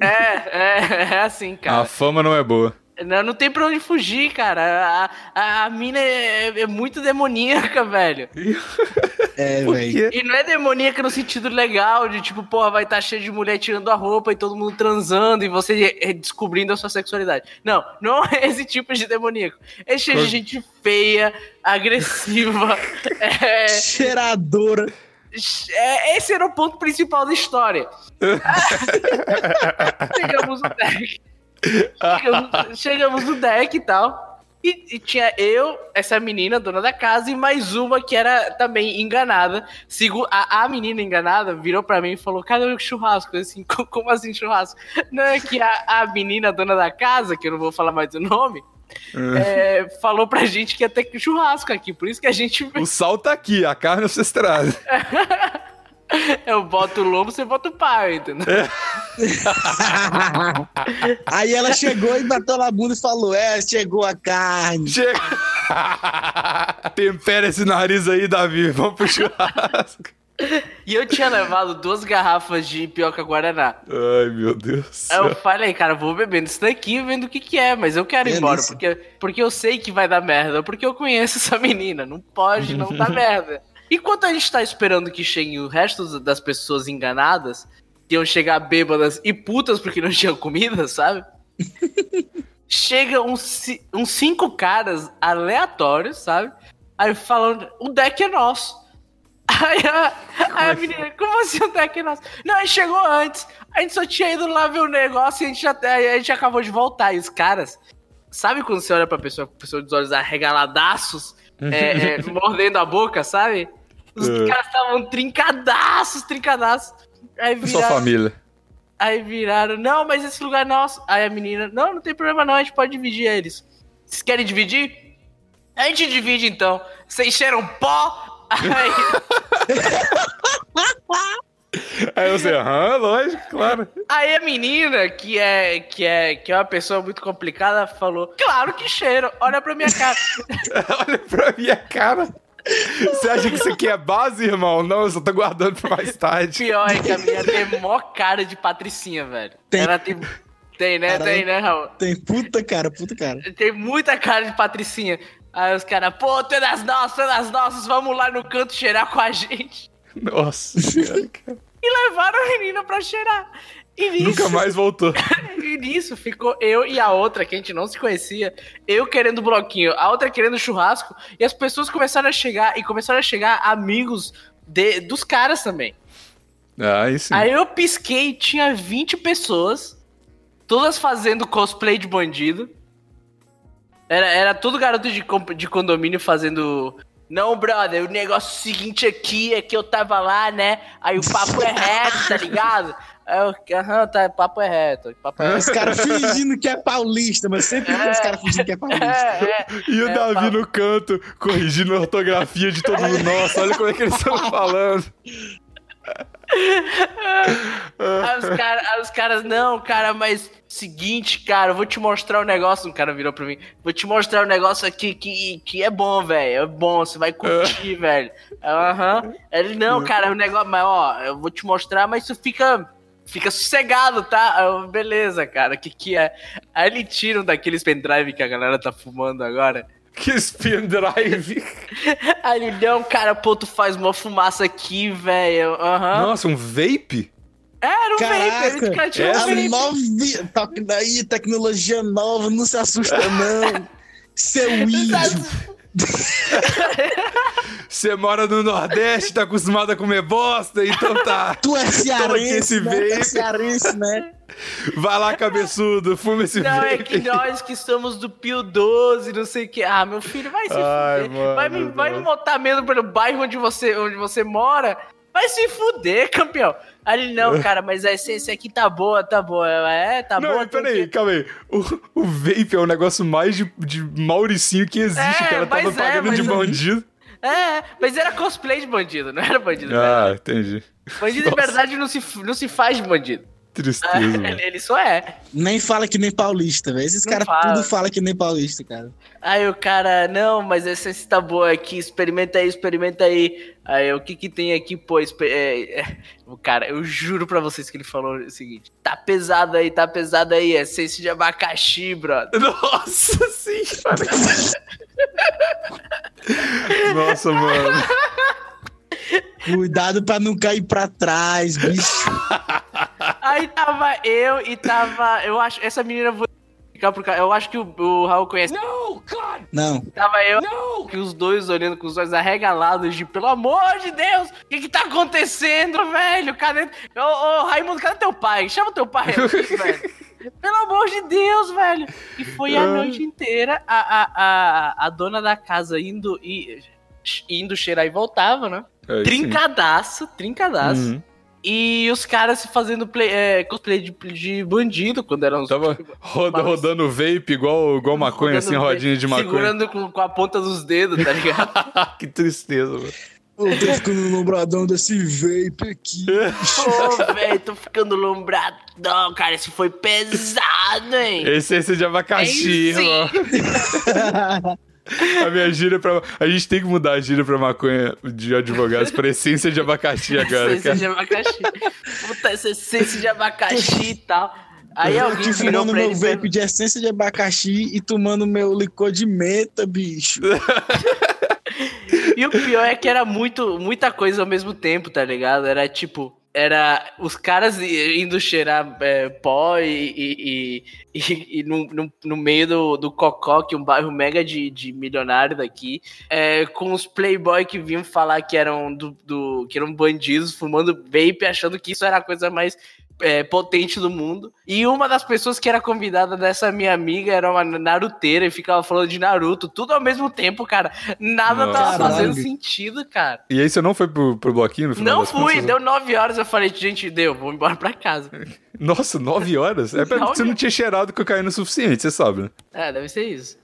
Speaker 3: É, é, é assim,
Speaker 1: A
Speaker 3: cara.
Speaker 1: fama não é boa.
Speaker 3: Não, não tem pra onde fugir, cara. A, a, a mina é, é muito demoníaca, velho.
Speaker 2: É,
Speaker 1: Por quê?
Speaker 2: velho.
Speaker 3: E não é demoníaca no sentido legal, de tipo, porra, vai estar cheio de mulher tirando a roupa e todo mundo transando e você eh, descobrindo a sua sexualidade. Não, não é esse tipo de demoníaco. É cheio de
Speaker 1: Quando-
Speaker 3: gente feia, agressiva, é,
Speaker 2: Cheiradora.
Speaker 3: É, esse era o ponto principal da história. chegamos no deck. Chegamos, chegamos no deck e tal. E, e tinha eu, essa menina, dona da casa, e mais uma que era também enganada. Segu a, a menina enganada virou pra mim e falou: Cadê o churrasco? Eu assim, "Co- como assim churrasco? Não é que a, a menina, dona da casa, que eu não vou falar mais o nome, é, falou pra gente que ia ter churrasco aqui. Por isso que a gente veio.
Speaker 1: O sal tá aqui, a carne vocês trazem.
Speaker 3: Eu boto o lobo, você bota o pau, entendeu?
Speaker 2: Aí ela chegou e bateu na bunda e falou: É, chegou a carne.
Speaker 1: Chega! Tempera esse nariz aí, Davi. Vamos pro churrasco.
Speaker 3: E eu tinha levado duas garrafas de pioca Guaraná.
Speaker 1: Ai, meu Deus. do
Speaker 3: Aí eu
Speaker 1: céu.
Speaker 3: falei, cara, vou bebendo isso daqui e vendo o que que é, mas eu quero ir
Speaker 2: Delícia.
Speaker 3: embora, porque, porque eu sei que vai dar merda, porque eu conheço essa menina, não pode não dar merda. Enquanto a gente tá esperando que cheguem o resto das pessoas enganadas, que iam chegar bêbadas e putas porque não tinham comida, sabe? Chega uns, ci- uns cinco caras aleatórios, sabe? Aí falando, o deck é nosso. Aí a,
Speaker 1: é
Speaker 3: aí a menina, como assim o deck é nosso? Não, a gente chegou antes. A gente só tinha ido lá ver o negócio e a gente, já, aí a gente acabou de voltar. E os caras, sabe quando você olha pra pessoa, a pessoa dos olhos arregaladaços, é, é, mordendo a boca, sabe? Os
Speaker 1: É.
Speaker 3: caras estavam trincadaços, trincadaços. Aí
Speaker 1: Sua
Speaker 3: viraram,
Speaker 1: família.
Speaker 3: aí viraram, não, mas esse lugar é nosso. Aí a menina, não, não tem problema não, a gente pode dividir eles. Vocês querem dividir? A gente divide então. Vocês cheiram pó? Aí,
Speaker 1: Aí você, aham, lógico, claro.
Speaker 3: aí a menina, que é, que, é, que é uma pessoa muito complicada, falou, claro que cheiro, olha pra minha cara.
Speaker 1: Olha pra minha cara. Você acha que isso aqui é base, irmão? Não, eu só tô guardando pra mais tarde.
Speaker 3: Pior é que a menina tem mó cara de patricinha, velho.
Speaker 2: Tem.
Speaker 3: Ela tem... Tem, né?
Speaker 2: Caralho.
Speaker 3: Tem, né, Raul?
Speaker 2: Tem puta cara, puta cara.
Speaker 3: Tem muita cara de patricinha. Aí os caras, pô, tu é das nossas, tu é das nossas, vamos lá no canto cheirar com a gente.
Speaker 1: Nossa senhora, cara.
Speaker 3: E levaram a menina pra cheirar. E nisso,
Speaker 1: Nunca mais voltou.
Speaker 3: e nisso ficou eu e a outra, que a gente não se conhecia, eu querendo bloquinho, a outra querendo churrasco, e as pessoas começaram a chegar, e começaram a chegar amigos de- dos caras também.
Speaker 1: Ah, aí sim.
Speaker 3: Aí eu pisquei, tinha 20 pessoas, todas fazendo cosplay de bandido. Era, era todo garoto de, comp- de condomínio fazendo. Não, brother, o negócio seguinte aqui é que eu tava lá, né? Aí o papo é reto, tá ligado? Aí eu, aham, tá, papo é reto, papo é reto.
Speaker 2: Os caras fingindo que é paulista, mas sempre tem os caras fingindo que é paulista.
Speaker 3: É, é.
Speaker 1: E o
Speaker 3: É,
Speaker 1: Davi
Speaker 3: fala.
Speaker 1: no canto, corrigindo a ortografia de todo mundo. Nossa, olha como é que eles estão falando.
Speaker 3: Aí os, cara, aí os caras, não, cara, mas seguinte, cara, eu vou te mostrar um negócio. Um cara virou pra mim, vou te mostrar um negócio aqui que, que é bom, velho. É bom, você vai curtir, velho. Eu, Aham. Ele, não, cara, o negócio, mas ó, eu vou te mostrar, mas isso fica. Fica sossegado, tá? Aí eu, beleza, cara, o que que é? Aí ele tira um daqueles pendrive que a galera tá fumando agora.
Speaker 1: Que spin drive.
Speaker 3: Aí ele, não, cara, pô, tu faz uma fumaça aqui, velho. Aham.
Speaker 1: Nossa, um vape?
Speaker 3: Era um
Speaker 2: Caraca, é assim.
Speaker 3: vape, ele cara, tirou
Speaker 1: essa
Speaker 3: um
Speaker 2: A
Speaker 3: vape.
Speaker 2: nova toque daí, tecnologia nova, não se assusta não. Seu índio.
Speaker 1: Você mora no Nordeste, tá acostumado a comer bosta, então tá.
Speaker 2: Tu é
Speaker 1: esse
Speaker 2: cearense, né? Tu é
Speaker 1: vape.
Speaker 2: cearense, né?
Speaker 1: Vai lá, cabeçudo, fuma esse
Speaker 3: Não,
Speaker 1: vape.
Speaker 3: é que nós que somos do Pio 12, não sei o que. Ah, meu filho, vai se
Speaker 1: Ai,
Speaker 3: fuder.
Speaker 1: mano,
Speaker 3: vai, me, vai me
Speaker 1: nossa.
Speaker 3: botar medo pelo bairro onde você, onde você mora. Vai se fuder, campeão. Aí ele, não, cara, mas a essência aqui tá boa, tá boa. Eu, É, tá
Speaker 1: Não,
Speaker 3: boa.
Speaker 1: e peraí, calma aí. O, o vape é o negócio mais de, de Mauricinho que existe,
Speaker 3: É,
Speaker 1: cara. Tava
Speaker 3: mas é,
Speaker 1: pagando
Speaker 3: mas
Speaker 1: de
Speaker 3: é.
Speaker 1: bandido.
Speaker 3: É, mas era cosplay de bandido, não era bandido. de verdade.
Speaker 1: Ah, entendi.
Speaker 3: Bandido de
Speaker 1: nossa.
Speaker 3: verdade não se, f- não se faz de bandido.
Speaker 1: Tristeza, mano.
Speaker 3: Ele- Ele só é.
Speaker 2: Nem fala que nem paulista, velho. Esses
Speaker 3: Não
Speaker 2: caras
Speaker 3: fala.
Speaker 2: tudo fala que nem paulista, cara.
Speaker 3: Aí o cara, não, mas essa essência tá boa aqui, experimenta aí, experimenta aí. Aí eu, o que que tem aqui, pô? Exper- é, é." O cara, eu juro pra vocês que ele falou o seguinte: tá pesado aí, tá pesado aí, essência de abacaxi, brother.
Speaker 1: Nossa senhora. Nossa, mano.
Speaker 2: Cuidado pra não cair pra trás, bicho.
Speaker 3: Aí tava eu e tava, eu acho, essa menina eu vou explicar pro cara, eu acho que o, o Raul conhece.
Speaker 2: Não.
Speaker 3: Tava eu e os dois olhando com os olhos arregalados de pelo amor de Deus, o que que tá acontecendo, velho? Cadê... Ô, ô, Raimundo, cadê teu pai? Chama teu pai aqui, velho. Pelo amor de Deus, velho. E foi a noite inteira a, a, a, a dona da casa indo e indo cheirar e voltava, né?
Speaker 1: É,
Speaker 3: Trincadaço, trincadaço.
Speaker 1: Uhum.
Speaker 3: E os caras se fazendo play, é, cosplay de, de bandido quando eram os tipo,
Speaker 1: Tava roda, rodando vape igual, igual maconha, assim,
Speaker 3: rodando-
Speaker 1: rodinha de maconha.
Speaker 3: Segurando com, com a ponta dos dedos, tá ligado?
Speaker 1: que tristeza, mano.
Speaker 2: Eu tô ficando lombradão desse vape aqui.
Speaker 3: Pô, velho, tô ficando lombradão, cara. Isso foi pesado, hein?
Speaker 1: Essência de abacaxi,
Speaker 3: Aí sim.
Speaker 1: irmão. A minha gíria pra. A gente tem que mudar a gíria pra maconha de advogados pra essência de abacaxi agora,
Speaker 3: Essência
Speaker 1: cara.
Speaker 3: de abacaxi. Puta, essa essência de abacaxi e tal. Aí alguém
Speaker 2: eu
Speaker 3: virou
Speaker 2: fumando
Speaker 3: pra
Speaker 2: meu
Speaker 3: ele. e perguntou-
Speaker 2: vape de essência de abacaxi e tomando meu licor de menta, bicho.
Speaker 3: E o pior é que era muito, muita coisa ao mesmo tempo, tá ligado? Era tipo, era os caras i- indo cheirar é, pó e, e, e- e- e no, no, no meio do, do Cocó, que é um bairro mega de, de milionário daqui, é, com os playboy que vinham falar que eram, do, do- que eram bandidos fumando vape, achando que isso era a coisa mais é, potente do mundo. E uma das pessoas que era convidada dessa minha amiga era uma naruteira e ficava falando de Naruto, tudo ao mesmo tempo, cara. Nada
Speaker 1: Nossa.
Speaker 3: tava
Speaker 2: Caralho.
Speaker 3: fazendo sentido, cara.
Speaker 1: E aí você não foi pro, pro bloquinho no final?
Speaker 3: Não
Speaker 1: das
Speaker 3: fui,
Speaker 1: contas? né?
Speaker 3: deu nove horas, eu falei, gente, deu, vou embora pra casa.
Speaker 1: Nossa, nove horas? É porque
Speaker 3: Não, né?
Speaker 1: você não
Speaker 3: gente.
Speaker 1: tinha cheirado cocaína o suficiente, você sabe, né?
Speaker 3: É, deve ser isso.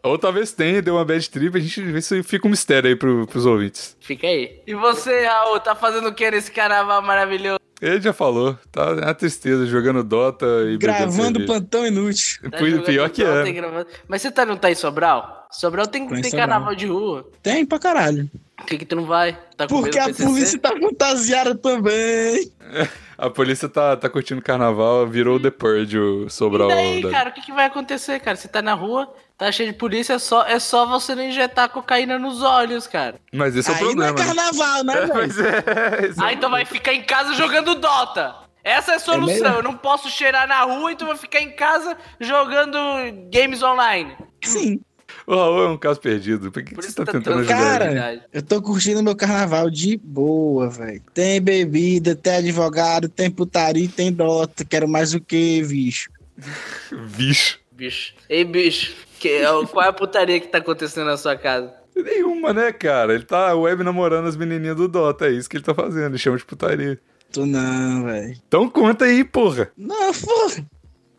Speaker 1: Ou talvez tenha, deu uma bad trip, a gente vê se fica um mistério aí pro, pros ouvintes.
Speaker 3: Fica aí. E você, Raul, tá fazendo o que nesse carnaval maravilhoso?
Speaker 1: Ele já falou, tá na tristeza, jogando Dota e bebendo
Speaker 2: Gravando
Speaker 1: cerveja.
Speaker 2: plantão inútil.
Speaker 3: Tá
Speaker 1: Pi-
Speaker 3: jogando
Speaker 1: Pior que
Speaker 3: Dota e
Speaker 1: é.
Speaker 3: gravando. Mas você tá, não tá em Sobral? Sobral tem,
Speaker 2: Tô em
Speaker 3: tem
Speaker 2: Sobral.
Speaker 3: carnaval de rua.
Speaker 2: Tem pra caralho.
Speaker 3: Por que, que tu não vai? Tá com
Speaker 2: Porque
Speaker 3: medo do
Speaker 2: a
Speaker 3: PCC?
Speaker 2: polícia tá fantasiada também.
Speaker 1: A polícia tá, tá curtindo carnaval, virou The Purge, o Sobral.
Speaker 3: Hum. E daí,
Speaker 1: da-
Speaker 3: cara, o que, que vai acontecer, cara? Você tá na rua, tá cheio de polícia, é só, é só você não injetar cocaína nos olhos, cara.
Speaker 1: Mas esse é o
Speaker 2: Aí
Speaker 1: problema.
Speaker 2: não é
Speaker 1: né?
Speaker 2: carnaval, né, velho?
Speaker 1: Pois é, esse é
Speaker 3: Ah, então vai ficar em casa jogando Dota. Essa é a solução.
Speaker 2: melhor.
Speaker 3: Eu não posso cheirar na rua, então vou ficar em casa jogando games online.
Speaker 1: é.
Speaker 2: Sim.
Speaker 1: O Raul é um caso perdido. Por que,
Speaker 3: Por
Speaker 1: que
Speaker 3: isso
Speaker 1: você tá
Speaker 3: tá
Speaker 1: tentando
Speaker 3: transando.
Speaker 1: ajudar ele?
Speaker 2: Cara, eu tô curtindo meu carnaval de boa, velho. Tem bebida, tem advogado, tem putaria, tem dota. Quero mais o que, bicho?
Speaker 1: Bicho.
Speaker 3: Bicho. Ei, bicho. Que é o- qual é a putaria que tá acontecendo na sua casa?
Speaker 1: Nenhuma, né, cara? Ele tá web namorando as menininhas do Dota. É isso que ele tá fazendo. Ele chama de putaria.
Speaker 2: Tô não, velho.
Speaker 1: Então conta aí, porra.
Speaker 2: Não, porra.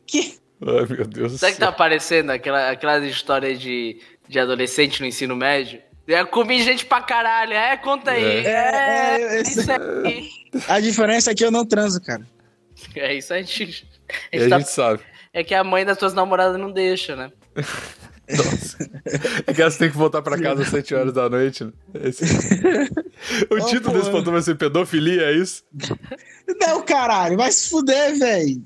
Speaker 2: Que...
Speaker 1: Ai, meu Deus do céu.
Speaker 3: Sabe que tá aparecendo aquela, aquelas histórias de, de adolescente no ensino médio? Eu comi gente pra caralho. É, conta aí.
Speaker 2: É,
Speaker 3: É,
Speaker 2: é, eu-
Speaker 3: isso aí.
Speaker 2: A diferença é que eu não transo, cara.
Speaker 3: É isso aí. A gente, a
Speaker 1: E
Speaker 3: gente
Speaker 1: a
Speaker 3: tá-
Speaker 1: gente sabe.
Speaker 3: É que a mãe das suas namoradas não deixa, né?
Speaker 1: Nossa. É que elas têm que voltar pra casa às 7 horas da noite. né? É isso. O
Speaker 2: Ô,
Speaker 1: título
Speaker 2: pô.
Speaker 1: desse plantão vai ser Pedofilia, é isso?
Speaker 2: Não, caralho, vai se fuder, velho.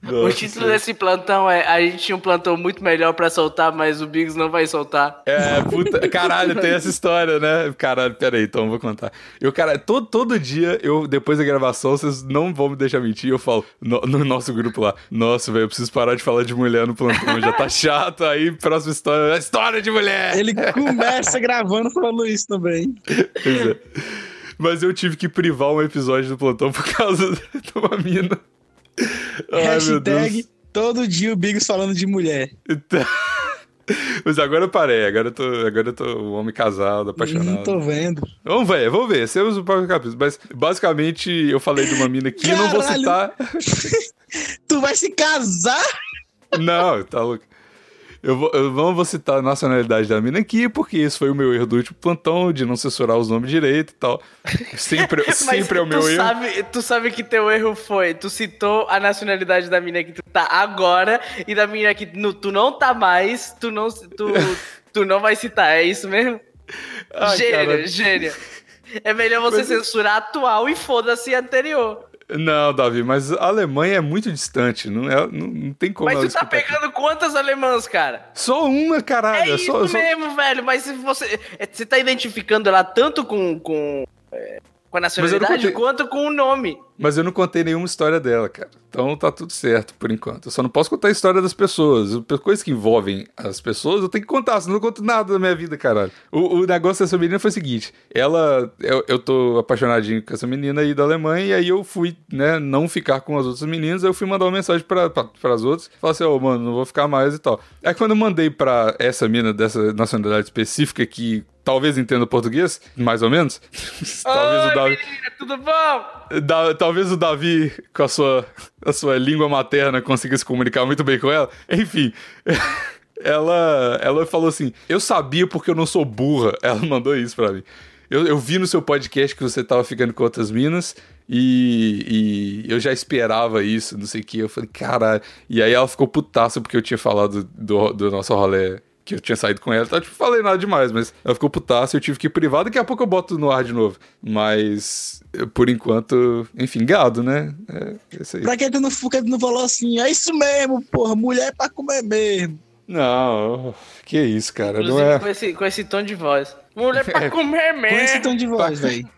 Speaker 3: O
Speaker 1: Nossa
Speaker 3: título
Speaker 1: senhora.
Speaker 3: desse plantão é A gente tinha um plantão muito melhor pra soltar, mas o Biggs não vai soltar.
Speaker 1: É, puta, caralho, tem essa história, né? Caralho, peraí, então eu vou contar. Eu, cara, todo, todo dia, eu, depois da gravação, vocês não vão me deixar mentir, eu falo no, no nosso grupo lá, nossa, velho, eu preciso parar de falar de mulher no plantão, já tá chato, aí próxima história, a história de mulher!
Speaker 2: Ele começa gravando falando isso também.
Speaker 1: Pois é. Mas eu tive que privar um episódio do plantão por causa de uma mina. Ai, meu Deus.
Speaker 2: Hashtag todo dia o Bigos falando de mulher.
Speaker 1: Então- Mas agora eu parei, agora eu tô, agora eu tô um homem casado, apaixonado.
Speaker 2: Não tô vendo.
Speaker 1: Vamos ver, vamos ver. Você usa o próprio capítulo. Mas basicamente eu falei de uma mina que eu não vou
Speaker 2: Caralho.
Speaker 1: citar.
Speaker 2: Tu vai se casar?
Speaker 1: Não, tá louco. Eu, vou- eu não vou citar a nacionalidade da mina aqui, porque esse foi o meu erro do último plantão, de não censurar os nomes direito e tal. Sempre, sempre é o meu
Speaker 3: tu
Speaker 1: erro.
Speaker 3: sabe, tu sabe que teu erro foi. Tu citou a nacionalidade da mina que tu tá agora e da mina que no- tu não tá mais, tu não, tu, tu não vai citar, é isso mesmo?
Speaker 1: Ai,
Speaker 3: gênio,
Speaker 1: Ah, cara.
Speaker 3: gênio. É melhor você censurar a atual e foda-se a anterior.
Speaker 1: Não, Davi, mas a Alemanha é muito distante. Não, é, não, não tem como
Speaker 3: mas
Speaker 1: ela
Speaker 3: tu tá
Speaker 1: escutar aqui.
Speaker 3: pegando quantas alemãs, cara?
Speaker 1: Só uma, caralho.
Speaker 3: É isso
Speaker 1: só, só-
Speaker 3: mesmo, velho. Mas se você, é, você tá identificando ela tanto com, com, é, com a
Speaker 1: eu não
Speaker 3: nacionalidade
Speaker 1: contei.
Speaker 3: quanto com o nome.
Speaker 1: Mas eu não contei nenhuma história dela, cara. Então tá tudo certo por enquanto. Eu só não posso contar a história das pessoas. Coisas que envolvem as pessoas, eu tenho que contar, senão eu não conto nada da minha vida, caralho. O, o negócio dessa menina foi o seguinte: ela. Eu, eu tô apaixonadinho com essa menina aí da Alemanha, e aí eu fui, né, não ficar com as outras meninas, aí eu fui mandar uma mensagem pra, pra, pras outras, falar assim, ô, mano, não vou ficar mais e tal. Aí quando eu mandei pra essa mina dessa nacionalidade específica que. Talvez entenda português, mais ou menos.
Speaker 3: Oi,
Speaker 1: talvez o Davi.
Speaker 3: menina, tudo bom?
Speaker 1: Da- talvez o Davi, com a sua, a sua língua materna, consiga se comunicar muito bem com ela. Enfim. Ela, ela falou assim: Eu sabia porque eu não sou burra. Ela mandou isso pra mim. Eu, eu vi no seu podcast que você tava ficando com outras minas e, e eu já esperava isso, não sei o que. Eu falei, caralho. E aí ela ficou putaça porque eu tinha falado do, do nosso rolê que eu tinha saído com ela, tá? Tipo, falei nada demais, mas ela ficou putaça, eu tive que ir privado, daqui a pouco eu boto no ar de novo. Mas, eu, por enquanto, enfim, gado, né? É, é isso aí.
Speaker 2: Pra que tu não, por que tu não falou assim? É isso mesmo, porra, mulher é pra comer mesmo.
Speaker 1: Não, que isso, cara, não
Speaker 3: Inclusive
Speaker 1: é...
Speaker 3: com, esse, com esse tom de voz. Mulher pra comer
Speaker 2: Com esse
Speaker 3: mesmo.
Speaker 2: tom de voz, velho.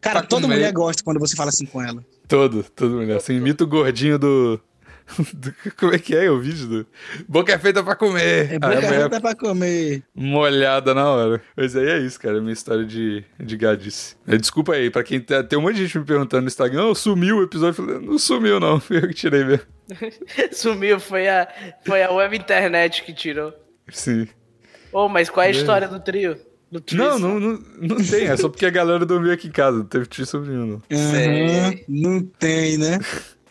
Speaker 2: Cara,
Speaker 1: pra
Speaker 2: toda
Speaker 1: comer.
Speaker 2: mulher gosta quando você fala assim com ela.
Speaker 1: Todo, todo melhor. Você imita o gordinho do... do- Como é que é o vídeo do... Boca é feita pra comer. Aí
Speaker 2: É
Speaker 1: a
Speaker 2: boca
Speaker 1: mulher
Speaker 2: reta pra comer.
Speaker 1: molhada na hora. Mas aí é isso, cara. Minha história de, de gadice. Eh, Desculpa aí, pra quem tá- tem um monte de gente me perguntando no Instagram, "Ô, sumiu o episódio. Eu falei, não sumiu, não. Foi eu que tirei mesmo.
Speaker 3: Sumiu, foi a, foi a web internet que tirou.
Speaker 1: Sim.
Speaker 3: Ô, mas qual é a história do trio? Do trio?
Speaker 1: Não, não, não, não tem. É só porque a galera dormiu aqui em casa. Não teve tio sobrinho, não.
Speaker 3: Sei.
Speaker 2: Aham, Não tem, né?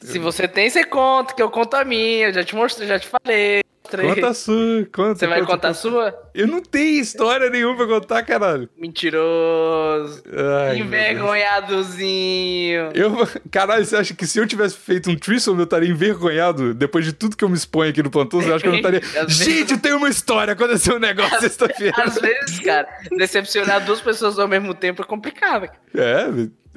Speaker 3: Se você tem, você conta, que eu conto a minha. Eu já te mostrei, já te falei. Mostrei.
Speaker 1: Conta a sua. Conta,
Speaker 3: você vai
Speaker 1: conta,
Speaker 3: contar a
Speaker 1: conta.
Speaker 3: sua?
Speaker 1: Eu não tenho história nenhuma pra contar, caralho.
Speaker 3: Mentiroso.
Speaker 1: Ai, meu Deus.
Speaker 3: Envergonhadozinho.
Speaker 1: eu, caralho, você acha que se eu tivesse feito um threesome eu estaria envergonhado depois de tudo que eu me exponho aqui no plantão? Você acha que eu não estaria...
Speaker 3: Às vezes-
Speaker 1: Gente, eu tenho uma história, aconteceu um negócio sexta-feira.
Speaker 3: Às vezes, cara, decepcionar duas pessoas ao mesmo tempo é complicado. cara.
Speaker 1: É,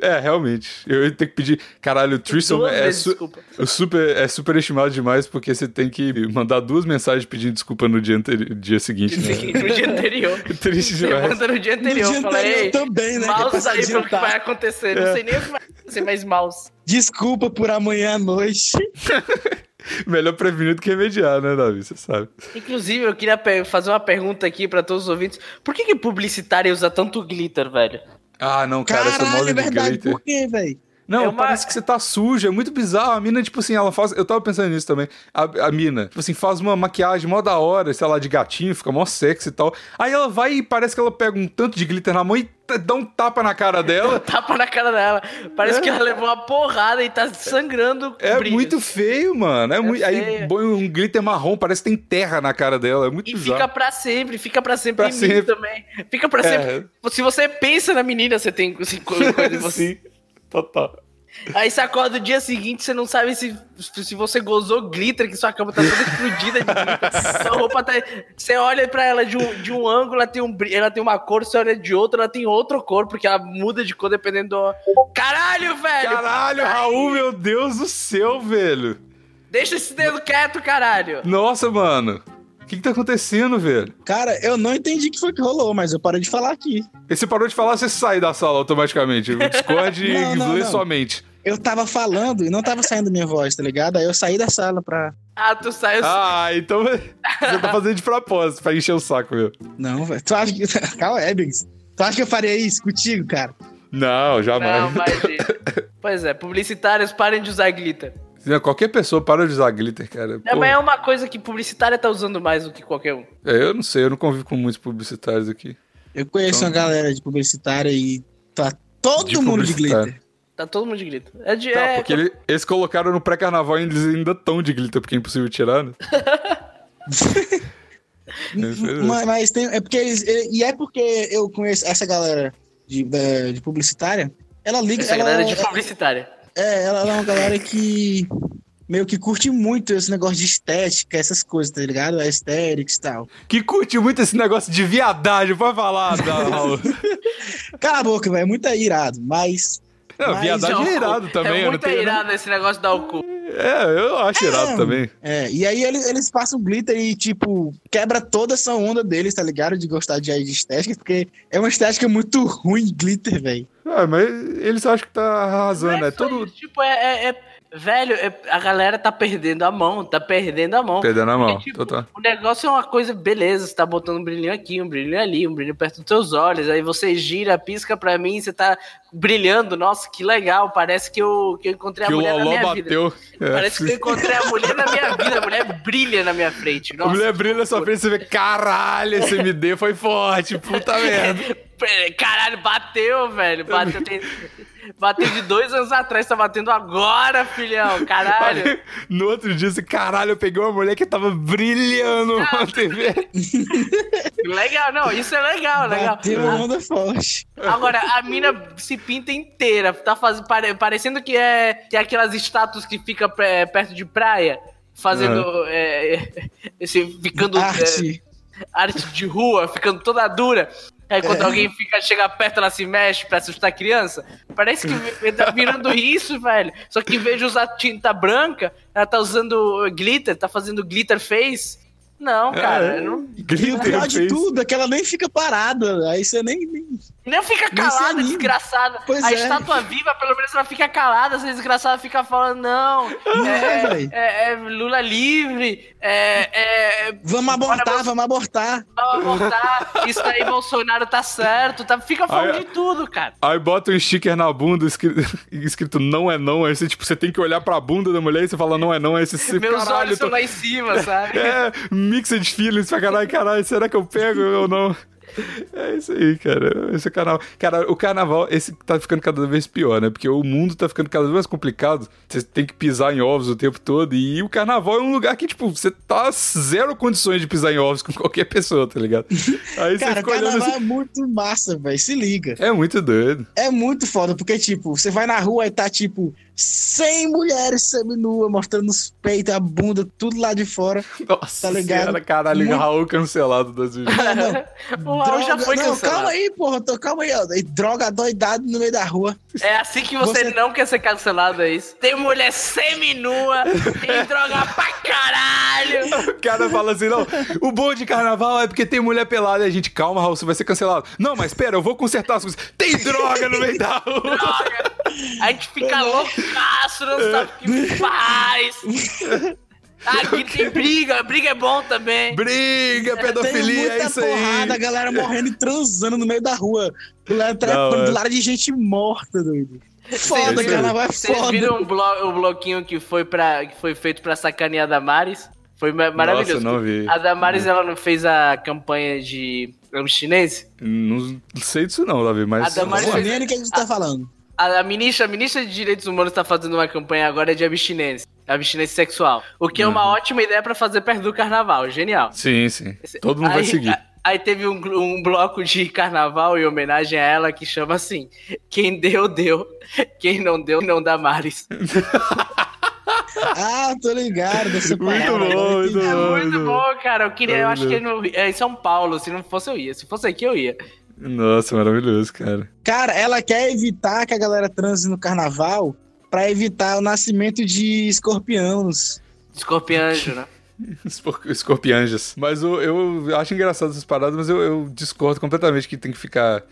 Speaker 1: é, realmente. Eu ia ter que pedir. Caralho, o Trissom
Speaker 3: Duas
Speaker 1: é,
Speaker 3: vezes,
Speaker 1: su
Speaker 3: desculpa.
Speaker 1: o super, é super estimado demais porque você tem que mandar duas mensagens pedindo desculpa no dia, anteri- dia seguinte,
Speaker 3: No
Speaker 1: né?
Speaker 3: dia anterior.
Speaker 1: Triste
Speaker 3: Você
Speaker 1: demais.
Speaker 3: manda no dia
Speaker 2: No
Speaker 3: anterior.
Speaker 2: dia
Speaker 3: fala,
Speaker 2: anterior
Speaker 3: "Ei,
Speaker 2: também, né? Que é pra
Speaker 3: Maus
Speaker 2: se
Speaker 3: aí pelo que
Speaker 2: adiantar.
Speaker 3: vai acontecer.
Speaker 1: É.
Speaker 3: Não sei nem o que vai acontecer, mas maus.
Speaker 2: Desculpa por amanhã à noite.
Speaker 1: Melhor prevenir do que remediar, né, Davi? Você sabe.
Speaker 3: Inclusive, eu queria pe- fazer uma pergunta aqui pra todos os ouvintes. Por que, que publicitária usa tanto glitter, velho?
Speaker 1: Ah, não, cara, essa
Speaker 2: Caralho,
Speaker 1: moda
Speaker 2: é
Speaker 1: de
Speaker 2: verdade.
Speaker 1: glitter.
Speaker 2: Por quê, velho?
Speaker 1: Não,
Speaker 3: É uma-
Speaker 1: parece que você tá sujo, é muito bizarro. A mina, tipo assim, ela faz. Eu tava pensando nisso também. A, a mina, tipo assim, faz uma maquiagem mó da hora, sei lá, de gatinho, fica mó sexy e tal. Aí ela vai e parece que ela pega um tanto de glitter na mão e t- dá um tapa na cara dela.
Speaker 3: Tapa na cara dela. Parece que ela levou uma porrada e tá sangrando.
Speaker 1: É
Speaker 3: brilhos.
Speaker 1: muito feio, mano. É muito... Aí
Speaker 3: feio.
Speaker 1: põe um glitter marrom, parece que tem terra na cara dela. É muito
Speaker 3: E
Speaker 1: bizarro.
Speaker 3: fica pra sempre, fica pra sempre
Speaker 1: Pra
Speaker 3: em
Speaker 1: sempre.
Speaker 3: mim também. Fica pra
Speaker 1: É.
Speaker 3: sempre. Se você pensa na menina, você tem assim, co- coisa em você.
Speaker 1: Sim, total.
Speaker 3: Aí você acorda o dia seguinte, você não sabe se, se você gozou glitter, que sua cama tá toda explodida de glitter. Sua roupa tá. Você olha pra ela de um, de um ângulo, ela tem, um, bri- ela tem uma cor, você olha de outra, ela tem outra cor, porque ela muda de cor dependendo do. Caralho, velho!
Speaker 1: Caralho, Raul, meu Deus do céu, velho.
Speaker 3: Deixa esse dedo quieto, caralho!
Speaker 1: Nossa, mano. O que, que tá acontecendo, velho?
Speaker 2: Cara, eu não entendi o que foi que rolou, mas eu parei de falar aqui.
Speaker 1: E você parou de falar, você sai da sala automaticamente. O Discord
Speaker 2: Não, não,
Speaker 1: lê
Speaker 2: não.
Speaker 1: sua mente.
Speaker 2: Eu tava falando e não tava saindo minha voz, tá ligado? Aí eu saí da sala pra.
Speaker 3: Ah, tu saiu.
Speaker 1: Ah, então você tá fazendo de propósito pra encher o saco, meu.
Speaker 2: Não, velho. Tu acha que. Calma, aí, Biggs. Tu acha que eu faria isso contigo, cara?
Speaker 1: Não,
Speaker 3: Não,
Speaker 1: jamais.
Speaker 3: imagina. pois é, publicitários, parem de usar glitter.
Speaker 1: Qualquer pessoa para de usar glitter, cara.
Speaker 3: É,
Speaker 1: Pô,
Speaker 3: mas é uma coisa que publicitária tá usando mais do que qualquer um.
Speaker 1: é, eu não sei, eu não convivo com muitos publicitários aqui.
Speaker 2: Eu conheço
Speaker 1: Então-
Speaker 2: uma galera de publicitária e tá todo
Speaker 1: De
Speaker 2: mundo de
Speaker 1: publicitária.
Speaker 2: glitter.
Speaker 3: Tá todo mundo de glitter. É de.
Speaker 1: Tá,
Speaker 3: é,
Speaker 1: porque ele- eles colocaram no pré-carnaval e eles ainda tão de glitter, porque é impossível tirar, né? É, foi-
Speaker 2: Mas, mas tem. É porque. eles- E é porque eu conheço essa galera de, da- de publicitária. Ela liga.
Speaker 1: é
Speaker 3: Essa
Speaker 2: ela-
Speaker 3: é
Speaker 1: um
Speaker 3: galera de publicitária.
Speaker 2: É, ela é uma galera que meio que curte muito esse negócio de estética, essas coisas, tá ligado? Aesthetics e tal.
Speaker 1: Que curte muito esse negócio de viadagem, pode falar, da- Raul.
Speaker 2: Cala a boca, velho, é muito irado, mas
Speaker 1: Não,
Speaker 2: Mas,
Speaker 1: viadagem é irado também,
Speaker 3: É
Speaker 1: eu não
Speaker 3: muito
Speaker 1: tenho.
Speaker 3: irado esse negócio da Alcu.
Speaker 1: É, eu acho irado também.
Speaker 2: é, e aí eles, eles passam um glitter e tipo quebra toda essa onda deles, tá ligado? De gostar de, de estética, porque é uma estética muito ruim glitter, velho.
Speaker 1: Ah, mas eles acham que tá arrasando, é todo
Speaker 3: Tipo, é. é- é- velho, é- a galera tá perdendo a mão, tá perdendo a mão.
Speaker 1: perdendo a mão.
Speaker 3: Porque, tipo,
Speaker 1: Total.
Speaker 3: O negócio é uma coisa, beleza, você tá botando um brilhinho aqui, um brilhinho ali, um brilhinho perto dos seus olhos, aí você gira, pisca pra mim, você tá brilhando, nossa, que legal, parece que eu, que eu encontrei
Speaker 1: Que
Speaker 3: a
Speaker 1: o
Speaker 3: mulher
Speaker 1: Loló
Speaker 3: da minha vida.
Speaker 1: bateu. É.
Speaker 3: Parece que eu encontrei a mulher da minha vida, a mulher brilha na minha frente,
Speaker 1: a
Speaker 3: nossa.
Speaker 1: mulher brilha na sua frente e você vê, caralho, esse MD foi forte, puta merda.
Speaker 3: Caralho, bateu, velho. Bateu, tem- bateu de dois anos atrás, tá batendo agora, filhão. Caralho.
Speaker 1: Aí, no outro dia, você, caralho, eu peguei uma mulher que tava brilhando na TV.
Speaker 3: Legal, não, isso é legal, legal.
Speaker 2: Bateu uma onda forte.
Speaker 3: Agora, a mina se pinta inteira, tá fazendo, pare- parecendo que é, que é aquelas estátuas que fica pe- perto de praia, fazendo. é, é, esse, ficando. é,
Speaker 2: Arte.
Speaker 3: arte de rua, ficando toda dura. Aí
Speaker 2: É.
Speaker 3: quando alguém fica, chega perto, ela se mexe pra assustar a criança. Parece que vi- tá virando isso, velho. Só que em vez de usar tinta branca, ela tá usando glitter, tá fazendo glitter face. Não, cara,
Speaker 1: É,
Speaker 3: não,
Speaker 2: E o
Speaker 1: Glitter
Speaker 2: pior de
Speaker 1: Face.
Speaker 2: tudo é que ela nem fica parada. Aí você nem. nem-
Speaker 3: não
Speaker 2: Não
Speaker 3: fica
Speaker 2: se
Speaker 3: calada,
Speaker 2: anime.
Speaker 3: desgraçada.
Speaker 2: é Pois
Speaker 3: a
Speaker 2: é.
Speaker 3: estátua viva, pelo menos ela fica calada, essa desgraçada fica falando, não,
Speaker 2: É,
Speaker 3: é,
Speaker 2: véi.
Speaker 3: é- é Lula livre, é, é
Speaker 2: Vamos
Speaker 3: Bora,
Speaker 2: abortar, vamos abortar.
Speaker 3: Vai voltar, tá, isso aí, Bolsonaro tá certo, tá, fica falando
Speaker 1: Aí,
Speaker 3: de tudo, cara.
Speaker 1: Aí bota um sticker na bunda escrito, escrito não é não. Aí você, tipo, você tem que olhar pra bunda da mulher e você fala não é não. Aí você, você
Speaker 3: Meus
Speaker 1: caralho,
Speaker 3: olhos
Speaker 1: tô-
Speaker 3: estão lá em cima, sabe?
Speaker 1: É, mixed feelings pra caralho, caralho, será que eu pego ou não? É isso aí, cara. Esse é o carnaval. Cara, o carnaval, esse tá ficando cada vez pior, né? Porque o mundo tá ficando cada vez mais complicado. Você tem que pisar em ovos o tempo todo. E o carnaval é um lugar que, tipo, você tá zero condições de pisar em ovos com qualquer pessoa, tá ligado? Aí você
Speaker 2: Cara,
Speaker 1: fica olhando
Speaker 2: carnaval
Speaker 1: assim.
Speaker 2: é muito massa, velho. Se liga.
Speaker 1: É muito doido.
Speaker 2: É muito foda, porque, tipo, você vai na rua e tá, tipo, 100 mulheres seminuas, mostrando os peitos, a bunda, tudo lá de fora.
Speaker 1: Nossa
Speaker 2: Tá ligado?
Speaker 1: senhora, caralho,
Speaker 2: Muito-
Speaker 1: Raul cancelado das vezes.
Speaker 2: É, Não, não.
Speaker 3: O Raul já
Speaker 2: droga-
Speaker 3: foi
Speaker 2: não, calma
Speaker 3: cancelado.
Speaker 2: aí, porra, tô, calma aí, ó. E droga doidado no meio da rua.
Speaker 3: É assim que você,
Speaker 2: Você-
Speaker 3: não quer ser cancelado, é isso. Tem mulher seminua, tem droga pra caralho.
Speaker 1: O cara fala assim, não, o bom de carnaval é porque tem mulher pelada. E a gente, calma, Raul, você vai ser cancelado. Não, mas pera, eu vou consertar as coisas. Tem droga no meio da rua.
Speaker 3: Droga. A gente fica loucaço, não sabe o que faz. Aqui tem briga, briga é bom também.
Speaker 1: Briga, pedofilia,
Speaker 2: Tem
Speaker 1: é
Speaker 2: muita
Speaker 1: isso
Speaker 2: porrada, a
Speaker 1: aí.
Speaker 2: galera morrendo e transando no meio da rua. Do lado,
Speaker 1: Não, é.
Speaker 2: do lado de gente morta, doido. Foda,
Speaker 1: viram-
Speaker 2: carnaval é
Speaker 3: Vocês
Speaker 2: foda.
Speaker 3: viram o blo- o bloquinho que foi, pra, que foi feito pra sacanear a Damares? Foi ma- maravilhoso.
Speaker 1: não vi.
Speaker 3: A Damares, ela não fez a campanha de amo chinês? Não
Speaker 1: sei disso não, Davi, mas...
Speaker 3: A Damares-
Speaker 1: vamos lá.
Speaker 2: Entendendo o que a gente tá falando.
Speaker 3: A, a ministra, a ministra de Direitos Humanos tá fazendo uma campanha agora de abstinência. Abstinência sexual. O que é
Speaker 1: Uhum.
Speaker 3: uma ótima ideia pra fazer perto do carnaval. Genial.
Speaker 1: Sim, sim. Todo mundo vai
Speaker 3: Aí-
Speaker 1: seguir.
Speaker 3: a- Aí teve um, glu- um bloco de carnaval em homenagem a ela que chama assim: Quem deu, deu. Quem não deu, não dá Mares.
Speaker 2: Ah, tô ligado. Dessa
Speaker 1: Muito
Speaker 2: parada,
Speaker 1: bom,
Speaker 2: agora eu
Speaker 1: muito
Speaker 2: entendi.
Speaker 3: É
Speaker 1: bom.
Speaker 3: muito bom, cara. Eu queria, eu
Speaker 1: Ai,
Speaker 3: acho que no, é em São Paulo, se não fosse eu ia. Se fosse aqui, eu ia.
Speaker 1: Nossa, maravilhoso, cara.
Speaker 2: Cara, ela quer evitar que a galera transe no carnaval pra evitar o nascimento de escorpiões.
Speaker 3: Escorpianjo, né?
Speaker 1: Espor- Escorpianjas. Mas eu, eu acho engraçado essas paradas, mas eu, eu discordo completamente que tem que ficar,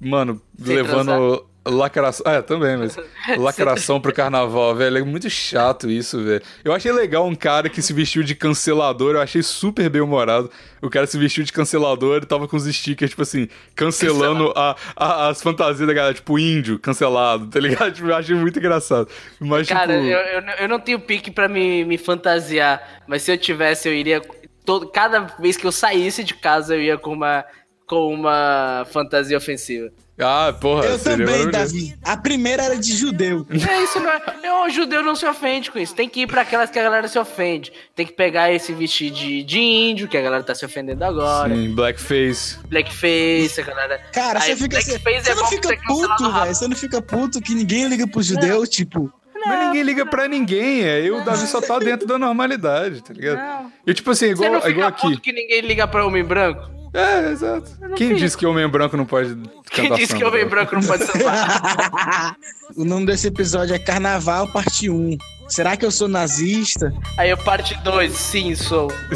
Speaker 1: mano,
Speaker 3: Sem
Speaker 1: levando lacração. Ah, é, também, mas lacração pro carnaval, velho. É muito chato isso, velho. Eu achei legal um cara que se vestiu de cancelador, eu achei super bem humorado. O cara se vestiu de cancelador e tava com os stickers, tipo assim, cancelando a, a- as fantasias da galera, tipo índio, cancelado, tá ligado? Tipo, eu achei muito engraçado. Mas,
Speaker 3: Cara,
Speaker 1: tipo,
Speaker 3: eu, eu, não- eu não tenho pique pra me, me fantasiar, mas se eu tivesse, eu iria. Todo, cada vez que eu saísse de casa, eu ia com uma, com uma fantasia ofensiva.
Speaker 1: Ah, porra,
Speaker 2: Eu
Speaker 1: seria
Speaker 2: também,
Speaker 1: maravilhoso.
Speaker 2: Davi. A primeira era de judeu.
Speaker 3: É, isso não é. Eu, o judeu não se ofende com isso. Tem que ir pra aquelas que a galera se ofende. Tem que pegar esse vestido de, de índio, que a galera tá se ofendendo agora.
Speaker 1: Sim, blackface.
Speaker 3: Blackface, a galera.
Speaker 2: Cara,
Speaker 3: Aí,
Speaker 2: você fica assim,
Speaker 3: blackface
Speaker 2: Você
Speaker 3: é
Speaker 2: não
Speaker 3: bom
Speaker 2: fica
Speaker 3: pra você cancelar
Speaker 2: puto,
Speaker 3: no rabo.
Speaker 2: velho. Você não fica puto que ninguém liga pro judeu, tipo.
Speaker 1: Mas ninguém liga pra ninguém, é. Eu, o Davi só tá dentro da normalidade, tá ligado? E tipo assim,
Speaker 3: Você
Speaker 1: igual,
Speaker 3: não fica
Speaker 1: igual
Speaker 3: puto
Speaker 1: aqui.
Speaker 3: que ninguém liga pra homem branco?
Speaker 1: É, exato. Quem
Speaker 3: fico.
Speaker 1: disse que homem branco não pode cantar
Speaker 3: Quem disse que
Speaker 1: samba?
Speaker 3: homem branco não pode sambar?
Speaker 2: o nome desse episódio é Carnaval Parte 1. Será que eu sou nazista?
Speaker 3: Aí eu parte 2, sim, sou.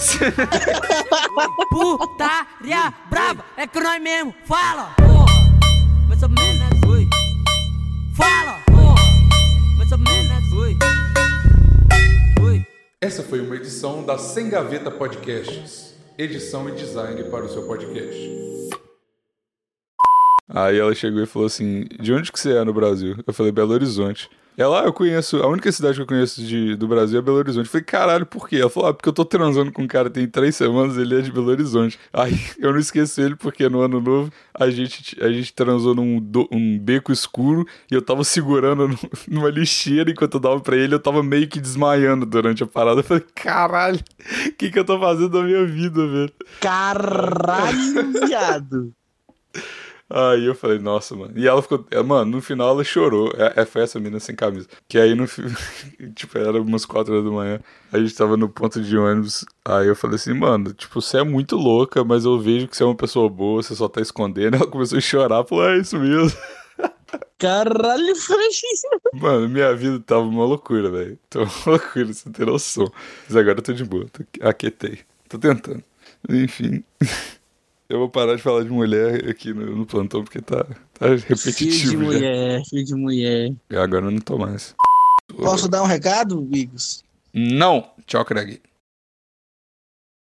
Speaker 4: Putaria braba, é que nós mesmo, fala, porra. Mais ou menos, oi. Fala, porra. Mais ou menos, oi. Oi.
Speaker 1: Essa foi uma edição da Sem Gaveta Podcasts. Edição e design para o seu podcast. Aí ela chegou e falou assim: De onde que você é no Brasil? Eu falei: Belo Horizonte. Ela, ah, eu conheço, a única cidade que eu conheço de- do Brasil é Belo Horizonte. Eu falei, caralho, por quê? Ela falou, ah, porque eu tô transando com um cara tem três semanas, ele é de Belo Horizonte. Aí eu não esqueci ele, porque no ano novo a gente, a gente transou num do- um beco escuro e eu tava segurando no- numa lixeira enquanto eu dava pra ele, eu tava meio que desmaiando durante a parada. Eu falei, caralho, o que que eu tô fazendo da minha vida, velho?
Speaker 2: Caralho, viado.
Speaker 1: Aí eu falei, nossa, mano. E ela ficou. é, Mano, no final ela chorou. É, é, foi essa menina sem camisa. Que aí no. fi- tipo, era umas 4 horas da manhã. A gente tava no ponto de ônibus. Aí eu falei assim, mano, tipo, você é muito louca, mas eu vejo que você é uma pessoa boa, você só tá escondendo. Ela começou a chorar, falou, é isso mesmo.
Speaker 2: Caralho, foi isso.
Speaker 1: Mano, minha vida tava uma loucura, velho. Tô uma loucura, você não tem noção. Mas agora eu tô de boa, tô, aquetei. Tô tentando. Enfim. Eu vou parar de falar de mulher aqui no, no plantão, porque tá, tá
Speaker 2: Filho de
Speaker 1: repetitivo já.
Speaker 2: mulher, filho de mulher.
Speaker 1: Agora eu É, não tô mais.
Speaker 2: Posso dar um recado, Bigos?
Speaker 1: Não! Tchau, Craig.